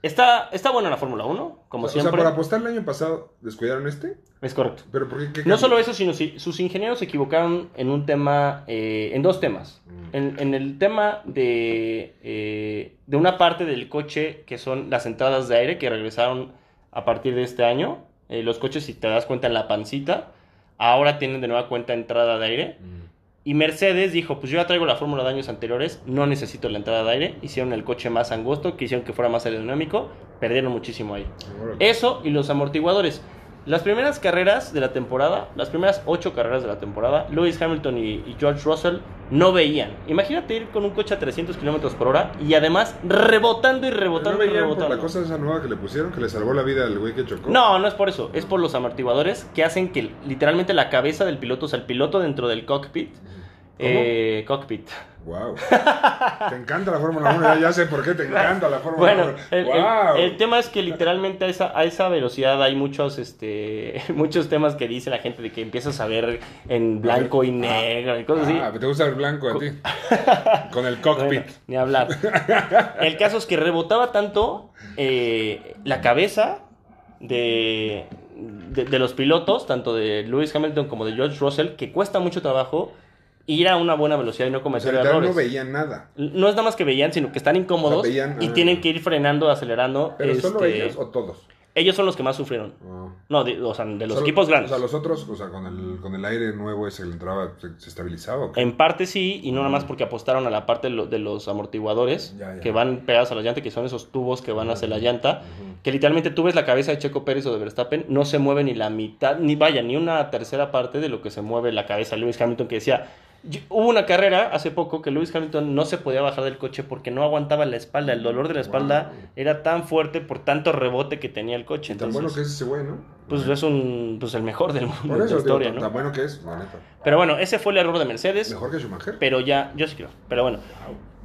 B: está, está buena la Fórmula 1, como
A: o sea,
B: siempre.
A: por apostar el año pasado, ¿descuidaron este?
B: Es correcto.
A: ¿Pero por qué? qué
B: No
A: cambió?
B: solo eso, sino si- sus ingenieros se equivocaron en un tema, eh, en dos temas.
A: Mm.
B: En, en el tema de, eh, de una parte del coche que son las entradas de aire que regresaron a partir de este año. Eh, los coches, si te das cuenta en la pancita, ahora tienen de nueva cuenta entrada de aire.
A: Mm.
B: Y Mercedes dijo, pues yo ya traigo la fórmula de años anteriores, no necesito la entrada de aire. Hicieron el coche más angosto, quisieron que fuera más aerodinámico, perdieron muchísimo ahí.
A: Órale.
B: Eso y los amortiguadores. Las primeras carreras de la temporada, las primeras ocho carreras de la temporada, Lewis Hamilton y, y George Russell no veían. Imagínate ir con un coche a 300 kilómetros por hora y además rebotando y
A: ¿No
B: rebotando y
A: veían por
B: rebotando.
A: la cosa esa nueva que le pusieron que le salvó la vida al güey que chocó?
B: No, no es por eso, es por los amortiguadores que hacen que literalmente la cabeza del piloto, o sea, el piloto dentro del cockpit, eh, cockpit,
A: Wow. te encanta la Fórmula 1, ya, ya sé por qué te encanta la Fórmula 1. [laughs]
B: Bueno, el, el-
A: wow.
B: el tema es que literalmente a esa, a esa velocidad hay muchos, este, [laughs] muchos temas que dice la gente de que empiezas a ver en blanco y negro y cosas así.
A: Ah, te gusta el blanco a
B: [laughs]
A: ti. Con el
B: Bueno,
A: cockpit.
B: ni hablar.
A: [laughs]
B: El caso es que rebotaba tanto eh, la cabeza de, de, de los pilotos, tanto de Lewis Hamilton como de George Russell, que cuesta mucho trabajo ir a una buena velocidad y no
A: o sea,
B: cometer
A: literal
B: errores.
A: no veían nada.
B: No es nada más que veían, sino que están incómodos
A: O sea, veían,
B: y
A: ah.
B: tienen que ir frenando, acelerando.
A: ¿Pero solo
B: este,
A: ellos o todos?
B: ellos son los que más sufrieron.
A: No.
B: No, de, o sea, de los
A: Solo-
B: equipos
A: O
B: grandes.
A: sea, los otros, o sea, con el, con el aire nuevo ese que le entraba, ¿se, se estabilizaba o qué?
B: En parte sí, y no nada más porque apostaron a la parte de, lo- de los amortiguadores
A: Mm. Ya, ya.
B: que van pegados a la llanta, que son esos tubos que van hacia la llanta.
A: Ujú.
B: Que literalmente tú ves la cabeza de Checo Pérez o de Verstappen, no se mueve ni la mitad, ni vaya, ni una tercera parte de lo que se mueve la cabeza de Lewis Hamilton, que decía. "Yo- Hubo una carrera hace poco que Lewis Hamilton no se podía bajar del coche porque no aguantaba la espalda. El dolor de la espalda
A: Wow.
B: era tan fuerte por tanto rebote que tenía el coche.
A: Y tan
B: Entonces,
A: bueno que es ese güey, ¿no?
B: pues es un, pues el mejor del mundo.
A: Por
B: de
A: eso,
B: la
A: digo,
B: historia,
A: tan,
B: ¿no?
A: tan bueno que es, la neta.
B: Pero bueno, ese fue el error de Mercedes.
A: Mejor que Schumacher.
B: Pero ya, yo sí creo. Pero bueno,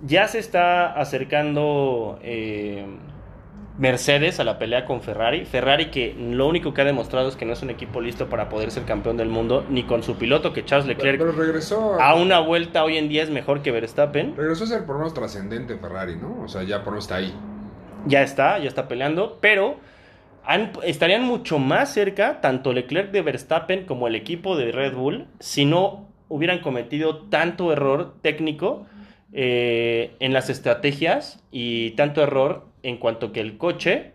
B: ya se está acercando eh, Mercedes a la pelea con Ferrari. Ferrari que lo único que ha demostrado es que no es un equipo listo para poder ser campeón del mundo, ni con su piloto que Charles
A: pero,
B: Leclerc
A: pero regresó.
B: a una vuelta hoy en día es mejor que Verstappen.
A: Regresó a ser por lo menos trascendente Ferrari, ¿no? O sea, ya por lo menos está ahí.
B: Ya está, ya está peleando, pero han- estarían mucho más cerca tanto Leclerc de Verstappen como el equipo de Red Bull si no hubieran cometido tanto error técnico eh, en las estrategias y tanto error en cuanto que el coche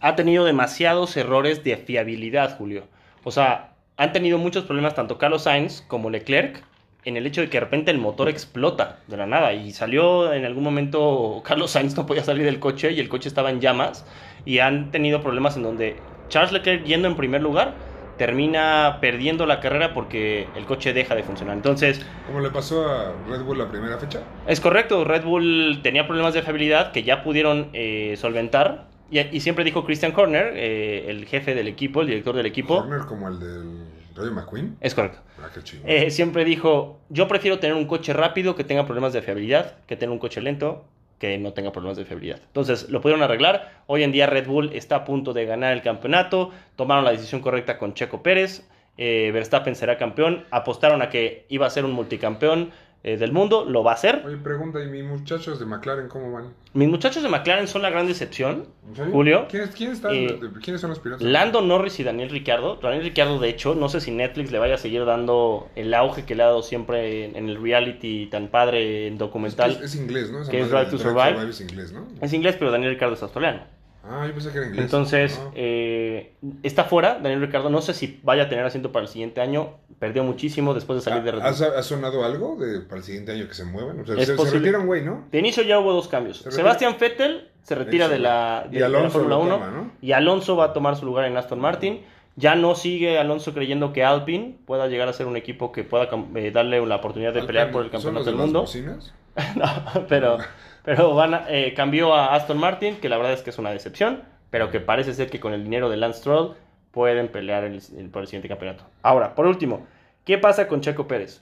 B: ha tenido demasiados errores de fiabilidad, Julio. O sea, han tenido muchos problemas tanto Carlos Sainz como Leclerc en el hecho de que de repente el motor explota de la nada y salió en algún momento Carlos Sainz no podía salir del coche y el coche estaba en llamas y han tenido problemas en donde Charles Leclerc yendo en primer lugar termina perdiendo la carrera porque el coche deja de funcionar. Entonces,
A: Como le pasó a Red Bull la primera fecha.
B: es correcto, Red Bull tenía problemas de fiabilidad que ya pudieron eh, solventar. Y, y siempre dijo Christian Horner, eh, el jefe del equipo, el director del equipo.
A: Horner como el del Rayo McQueen.
B: Es correcto.
A: Ah, qué chido.
B: Eh, siempre dijo, yo prefiero tener un coche rápido que tenga problemas de fiabilidad, que tener un coche lento que no tenga problemas de fiabilidad. Entonces, lo pudieron arreglar. Hoy en día Red Bull está a punto de ganar el campeonato. Tomaron la decisión correcta con Checo Pérez. Eh, Verstappen será campeón. Apostaron a que iba a ser un multicampeón. eh, del mundo, lo va a hacer.
A: Oye, pregunta, ¿y mis muchachos de McLaren cómo van?
B: Mis muchachos de McLaren son la gran decepción,
A: ¿En serio?
B: Julio.
A: ¿Quién es- quién está-
B: Eh,
A: ¿Quiénes son los pilotos?
B: Lando Norris y Daniel Ricciardo. Daniel Ricciardo, de hecho, no sé si Netflix le vaya a seguir dando el auge que le ha dado siempre en, en el reality tan padre, en
A: es,
B: documental.
A: es- es inglés, ¿no? Esa
B: que es
A: madre de
B: Drive to Survive.
A: es inglés, ¿no?
B: Es inglés, pero Daniel Ricardo es australiano.
A: Ah, yo pensé que era inglés.
B: Entonces,
A: Ah.
B: eh, está fuera Daniel Ricardo. No sé si vaya a tener asiento para el siguiente año. Perdió muchísimo después de salir de Red
A: ¿Ha,
B: Bull.
A: ha- ha sonado algo de, para el siguiente año que se muevan? O sea,
B: Es
A: se, se
B: posible.
A: retira un güey, ¿no?
B: De inicio ya hubo dos cambios.
A: retira.
B: Sebastián Vettel se retira
A: Eso.
B: de la,
A: Y
B: de, de la
A: Alonso
B: Fórmula
A: lo
B: 1
A: toma, ¿no?
B: y Alonso va a tomar su lugar en Aston Martin. Ya no sigue Alonso creyendo que Alpine pueda llegar a ser un equipo que pueda cam- eh, darle la oportunidad de pelear por el
A: ¿Son
B: campeonato
A: los
B: del
A: de las
B: mundo.
A: bocinas?
B: [laughs] No, pero pero van a- eh, cambió a Aston Martin, que la verdad es que es una decepción, pero que parece ser que con el dinero de Lance Stroll pueden pelear el- el- por el siguiente campeonato. Ahora, por último, ¿qué pasa con Checo Pérez?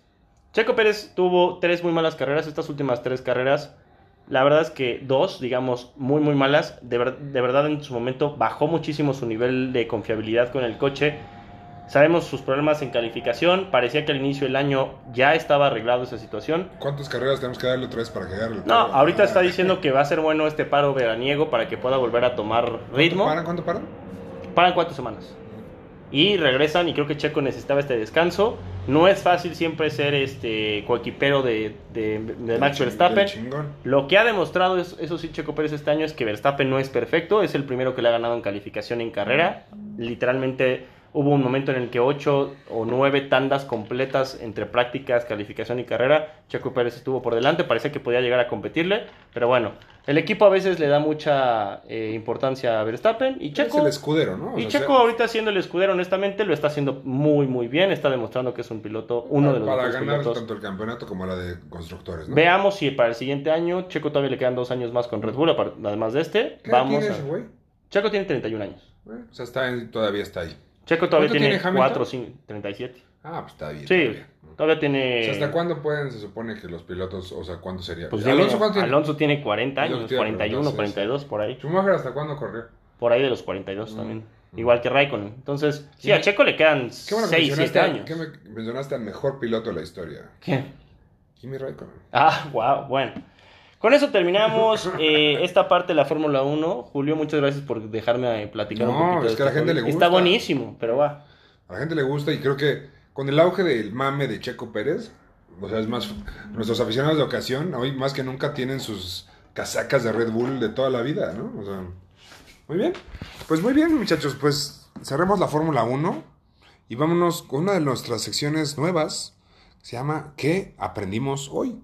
B: Checo Pérez tuvo tres muy malas carreras, estas últimas tres carreras. La verdad es que dos, digamos, muy, muy malas. De, ver- de verdad, en su momento bajó muchísimo su nivel de confiabilidad con el coche. Sabemos sus problemas en calificación. Parecía que al inicio del año ya estaba arreglado esa situación.
A: ¿Cuántas carreras tenemos que darle otra vez para que agarre el
B: No,
A: toro?
B: ahorita
A: Ah.
B: está diciendo que va a ser bueno este paro veraniego para que pueda volver a tomar ritmo.
A: ¿Paran? ¿Cuánto paran?
B: Paran cuatro semanas. Y regresan y creo que Checo necesitaba este descanso. No es fácil siempre ser este coequipero de, de, de
A: Del ching-
B: Max Verstappen.
A: del chingón.
B: Lo que ha demostrado, es, eso sí, Checo Pérez este año es que Verstappen no es perfecto. Es el primero que le ha ganado en calificación en carrera. Literalmente hubo un momento en el que ocho o nueve tandas completas entre prácticas, calificación y carrera, Checo Pérez estuvo por delante. Parecía que podía llegar a competirle. Pero bueno, el equipo a veces le da mucha eh, importancia a Verstappen. Y Checo.
A: Es el escudero, ¿no? O
B: Y
A: sea,
B: Checo ahorita siendo el escudero, honestamente, lo está haciendo muy, muy bien. Está demostrando que es un piloto, uno de los
A: Para
B: mejores
A: ganar
B: pilotos.
A: tanto el campeonato como la de constructores, ¿no?
B: Veamos si para el siguiente año, Checo todavía le quedan dos años más con Red Bull, apar- además de este.
A: ¿Qué edad
B: Vamos
A: tiene ese
B: a-
A: güey?
B: Checo tiene 31 años.
A: Bueno, Eh, O sea, está en- todavía está ahí.
B: Checo todavía
A: ¿Cuánto
B: tiene,
A: tiene Hamilton?
B: 4, 5, 37.
A: Ah, pues está bien.
B: Sí,
A: todavía.
B: todavía
A: O
B: tiene...
A: sea, ¿Hasta cuándo pueden, se supone que los pilotos, o sea, cuándo sería?
B: pues,
A: ¿Alonso
B: dime,
A: cuánto tiene?
B: Alonso tiene 40
A: Es lo que
B: años,
A: te iba a preguntar,
B: 41,
A: sí,
B: 42, por ahí.
A: ¿Schumacher hasta cuándo corrió?
B: Por ahí de los 42 también.
A: Mm.
B: Igual que Raikkonen. Entonces, sí,
A: Qué
B: a Checo le quedan
A: Qué bueno que
B: 6, 7
A: mencionaste,
B: años.
A: que me- mencionaste al mejor piloto de la historia,
B: [laughs] ¿Qué?
A: Kimi Raikkonen.
B: Ah, wow, bueno. Con eso
A: [laughs]
B: terminamos eh, esta parte de la Fórmula 1. Julio, muchas gracias por dejarme eh, platicar un
A: No,
B: poquito. de
A: es que a la
B: esto.
A: gente le
B: Está
A: gusta.
B: buenísimo, pero va.
A: A la gente le gusta y creo que con el auge del mame de Checo Pérez, o sea, es más, nuestros aficionados de ocasión hoy más que nunca tienen sus casacas de Red Bull de toda la vida, ¿no? O sea, muy bien. Pues muy bien, muchachos, pues cerremos la Fórmula 1 y vámonos con una de nuestras secciones nuevas, que se llama ¿Qué aprendimos hoy?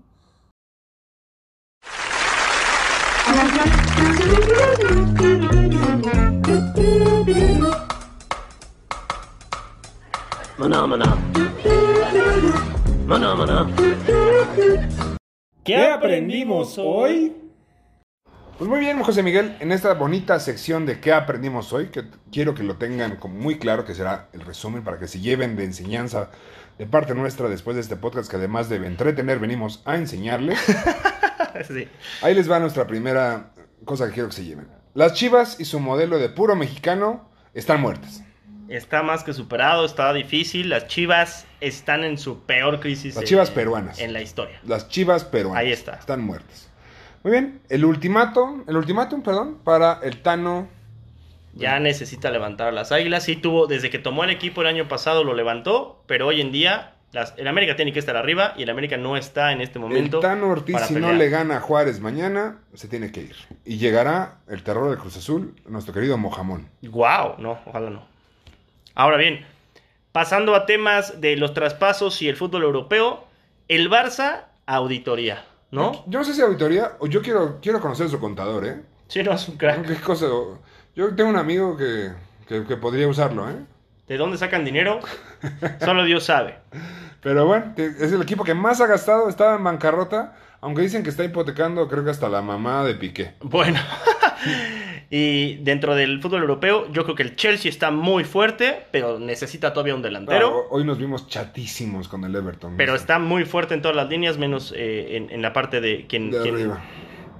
B: ¿Qué,
A: Pues muy bien, José Miguel, en esta bonita sección de qué aprendimos hoy, que quiero que lo tengan como muy claro, que será el resumen para que se lleven de enseñanza de parte nuestra después de este podcast, que además de entretener, venimos a enseñarles.
B: [laughs] Sí.
A: Ahí les va nuestra primera cosa que quiero que se lleven. Las chivas y su modelo de puro mexicano están muertas.
B: Está más que superado, está difícil. Las Chivas están en su peor crisis.
A: Las
B: eh,
A: Chivas peruanas.
B: En la historia.
A: Las chivas peruanas.
B: Ahí está.
A: Están muertas. Muy bien, el ultimato, el ultimátum, perdón, para el Tano
B: Ya necesita levantar a las Águilas. Sí tuvo, desde que tomó el equipo el año pasado lo levantó, pero hoy en día las, el América tiene que estar arriba y el América no está en este momento.
A: El Tano Ortiz,
B: para
A: si no
B: pelear.
A: le gana a Juárez mañana, se tiene que ir. Y llegará el terror del Cruz Azul, nuestro querido Mojamón.
B: Wow, no, ojalá no. Ahora bien, pasando a temas de los traspasos y el fútbol europeo, el Barça auditoría, ¿no?
A: Yo no sé si auditoría, o yo quiero, quiero conocer a su contador, ¿eh?
B: Sí, no es un crack.
A: ¿Qué cosa? Yo tengo un amigo que, que- que podría usarlo, ¿eh?
B: ¿De dónde sacan dinero? Solo Dios sabe.
A: Pero bueno, te- es el equipo que más ha gastado, estaba en bancarrota, aunque dicen que está hipotecando, creo que hasta la mamá de Piqué.
B: Bueno, [laughs] y dentro del fútbol europeo, yo creo que el Chelsea está muy fuerte, pero necesita todavía un delantero.
A: Ah, hoy nos vimos chatísimos con el Everton.
B: Pero está muy fuerte en todas las líneas, menos eh, en, en la parte de quien,
A: De
B: quien-
A: arriba.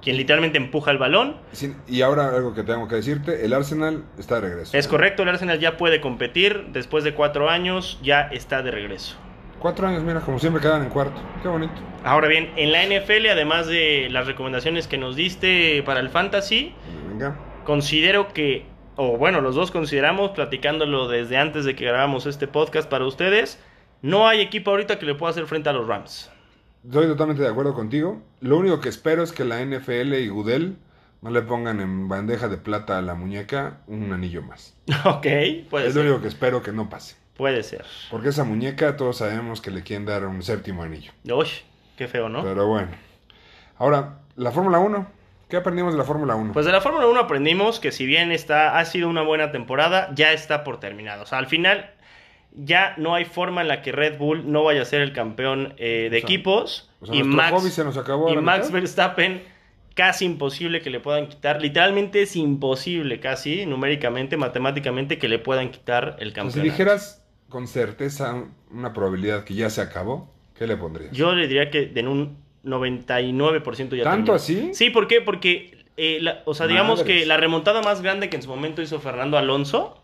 B: quien literalmente empuja el balón.
A: Sin- Y ahora algo que tengo que decirte, el Arsenal está de regreso.
B: Es correcto, el Arsenal ya puede competir después de cuatro años, ya está de regreso.
A: Cuatro años, mira, como siempre quedan en cuarto. Qué bonito.
B: Ahora bien, en la NFL, además de las recomendaciones que nos diste para el fantasy,
A: Venga.
B: considero que, o bueno, los dos consideramos, platicándolo desde antes de que grabamos este podcast para ustedes, no hay equipo ahorita que le pueda hacer frente a los Rams. [laughs]
A: Estoy totalmente de acuerdo contigo. Lo único que espero es que la NFL y Goodell no le pongan en bandeja de plata a la muñeca un anillo más.
B: Ok, puede
A: es lo
B: ser.
A: único que espero que no pase.
B: Puede ser.
A: Porque esa muñeca todos sabemos que le quieren dar un séptimo anillo.
B: Uy, qué feo, ¿no?
A: Pero bueno. Ahora, la Fórmula 1. ¿Qué aprendimos de la Fórmula 1?
B: Pues de la Fórmula 1 aprendimos que si bien está, ha sido una buena temporada, ya está por terminado. O sea, al final ya no hay forma en la que Red Bull no vaya a ser el campeón eh, de
A: O sea,
B: equipos.
A: o sea,
B: y
A: nuestro
B: Max,
A: hobby se nos acabó a
B: y
A: la
B: Max
A: mitad.
B: Verstappen, casi imposible que le puedan quitar. Literalmente es imposible, casi numéricamente, matemáticamente, que le puedan quitar
A: O
B: el
A: sea,
B: campeón.
A: Pues si dijeras con certeza una probabilidad que ya se acabó, ¿qué le pondrías?
B: Yo le diría que en un 99% ya
A: ¿Tanto
B: terminó.
A: así?
B: Sí, ¿por qué? Porque, eh, la- o sea, digamos
A: Madres.
B: que la remontada más grande que en su momento hizo Fernando Alonso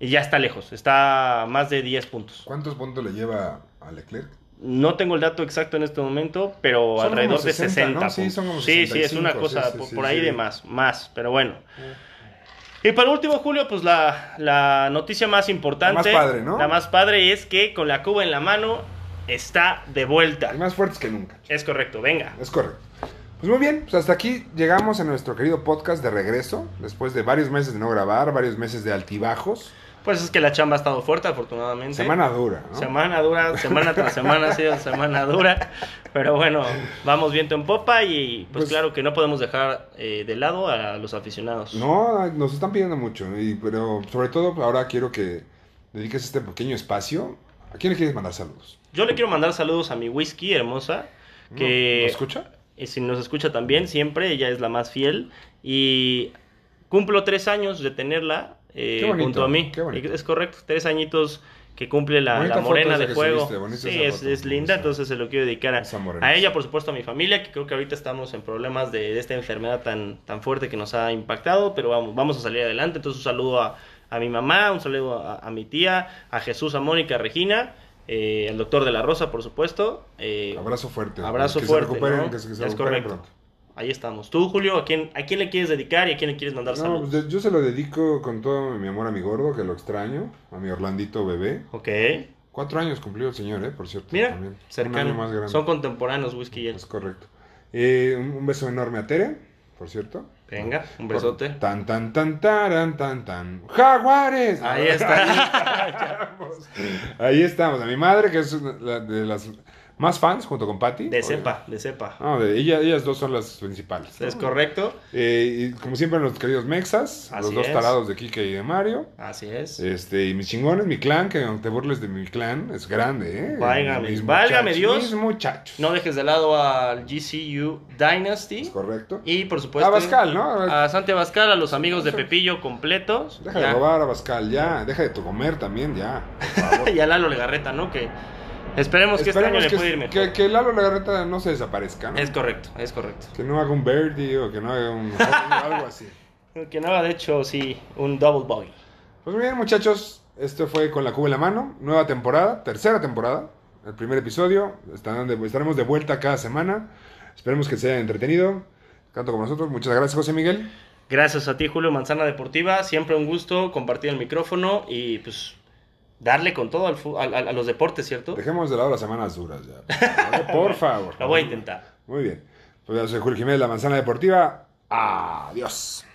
B: eh, ya está lejos, está a más de 10 puntos.
A: ¿Cuántos puntos le lleva a Leclerc?
B: No tengo el dato exacto en este momento, pero
A: Son
B: alrededor
A: como
B: de
A: 60,
B: 60.
A: ¿no? Sí,
B: puntos.
A: son como
B: sí, sí, es
A: 65,
B: una
A: sí,
B: cosa
A: sí,
B: por,
A: sí,
B: por ahí
A: sí. Ah.
B: de más, más, pero bueno. Y para último, Julio, pues la, la noticia más importante,
A: La más padre, ¿no?
B: la más padre es que con la Cuba en la mano está de vuelta.
A: Hay más fuertes que nunca.
B: Es correcto, venga.
A: Es correcto. Pues muy bien, pues hasta aquí llegamos a nuestro querido podcast de regreso, después de varios meses de no grabar, varios meses de altibajos.
B: Pues es que la chamba ha estado fuerte, afortunadamente.
A: Semana dura, ¿no?
B: Semana dura, semana tras semana ha sido semana dura. Pero bueno, vamos viento en popa y pues,
A: Pues-
B: claro que no podemos dejar eh, de lado a los aficionados.
A: No, nos están pidiendo mucho, y- pero sobre todo ahora quiero que dediques este pequeño espacio. ¿A quién le quieres mandar saludos?
B: Yo le quiero mandar saludos a mi whisky hermosa, que
A: ¿Nos escucha?
B: y si nos escucha también siempre, ella es la más fiel. Y cumplo tres años de tenerla eh,
A: Qué bonito,
B: junto a mí.
A: qué bonito.
B: Es correcto, tres añitos que cumple la,
A: Bonita
B: la morena
A: foto esa
B: de
A: que
B: juego.
A: subiste, bonita
B: sí,
A: esa
B: es,
A: foto,
B: es linda,
A: esa-
B: entonces se lo quiero dedicar a,
A: esa morena.
B: a ella, por supuesto, a mi familia, que creo que ahorita estamos en problemas de, de esta enfermedad tan, tan fuerte que nos ha impactado, pero vamos, vamos a salir adelante. Entonces, un saludo a, a mi mamá, un saludo a, a mi tía, a Jesús, a Mónica, a Regina. eh, al doctor de la Rosa, por supuesto. eh,
A: Abrazo fuerte.
B: Abrazo
A: que
B: fuerte.
A: Se recuperen,
B: ¿no?
A: Que se, que se
B: es
A: recuperen
B: correcto.
A: pronto.
B: Ahí estamos. Tú, Julio, ¿a quién, ¿a quién le quieres dedicar y a quién le quieres mandar
A: No,
B: saludos?
A: pues, yo se lo dedico con todo mi amor a mi gordo, que lo extraño, a mi Orlandito bebé.
B: Ok.
A: Cuatro años cumplió el señor, ¿eh? Por cierto.
B: Mira,
A: también. Un año más
B: cercano.
A: grande. Pues,
B: Son contemporáneos, Whisky y él.
A: Es correcto. Eh, un, un beso enorme a Tere, por cierto.
B: Venga,
A: pues,
B: un besote.
A: Tan, tan, tan, taran, tan, tan. ¡Jaguares! [laughs]
B: Ahí está.
A: Ahí estamos. A mi madre, que es una- la de las más fans, junto con Patty.
B: De
A: Obvio.
B: cepa, de cepa.
A: No, de- ella- ellas dos son las principales. ¿no?
B: Es correcto.
A: Eh, y como siempre, los queridos mexas,
B: Así
A: los dos
B: es.
A: talados de Kike y de Mario.
B: Así es.
A: Este, y mis chingones, mi clan, que aunque te burles de mi clan, es grande, ¿eh?
B: Válgame,
A: Mis
B: válgame
A: muchachos,
B: Dios.
A: Mis muchachos.
B: No dejes de lado al GCU Dynasty.
A: Es correcto.
B: Y pues, por supuesto.
A: A Bascal, ¿no?
B: A Santi Abascal, a los amigos de Pepillo completos.
A: Deja de robar a Pascal, ya. Deja de tu comer también, ya.
B: [laughs] y a Lalo Legarreta, ¿no? Que esperemos que este año
A: Esperemos
B: le
A: que,
B: pueda ir mejor.
A: que, que Lalo Lagarreta no se desaparezca, ¿no?
B: Es correcto, es correcto.
A: Que no haga un birdie o que no haga un... [laughs] algo así.
B: Que no haga, de hecho, sí, un double bogey.
A: Pues muy bien, muchachos. Esto fue Con la Cuba en la Mano. Nueva temporada, tercera temporada. El primer episodio. Estarán de- estaremos de vuelta cada semana. Esperemos que se hayan entretenido. Tanto como nosotros. Muchas gracias, José Miguel.
B: Gracias a ti, Julio Manzana Deportiva. Siempre un gusto compartir el micrófono y pues darle con todo al fu- al- al- a los deportes, ¿cierto?
A: Dejemos de lado las semanas duras ya. Por
B: [laughs]
A: favor.
B: Lo voy a intentar.
A: Muy bien. Pues yo soy Julio Jiménez, La Manzana Deportiva. Adiós.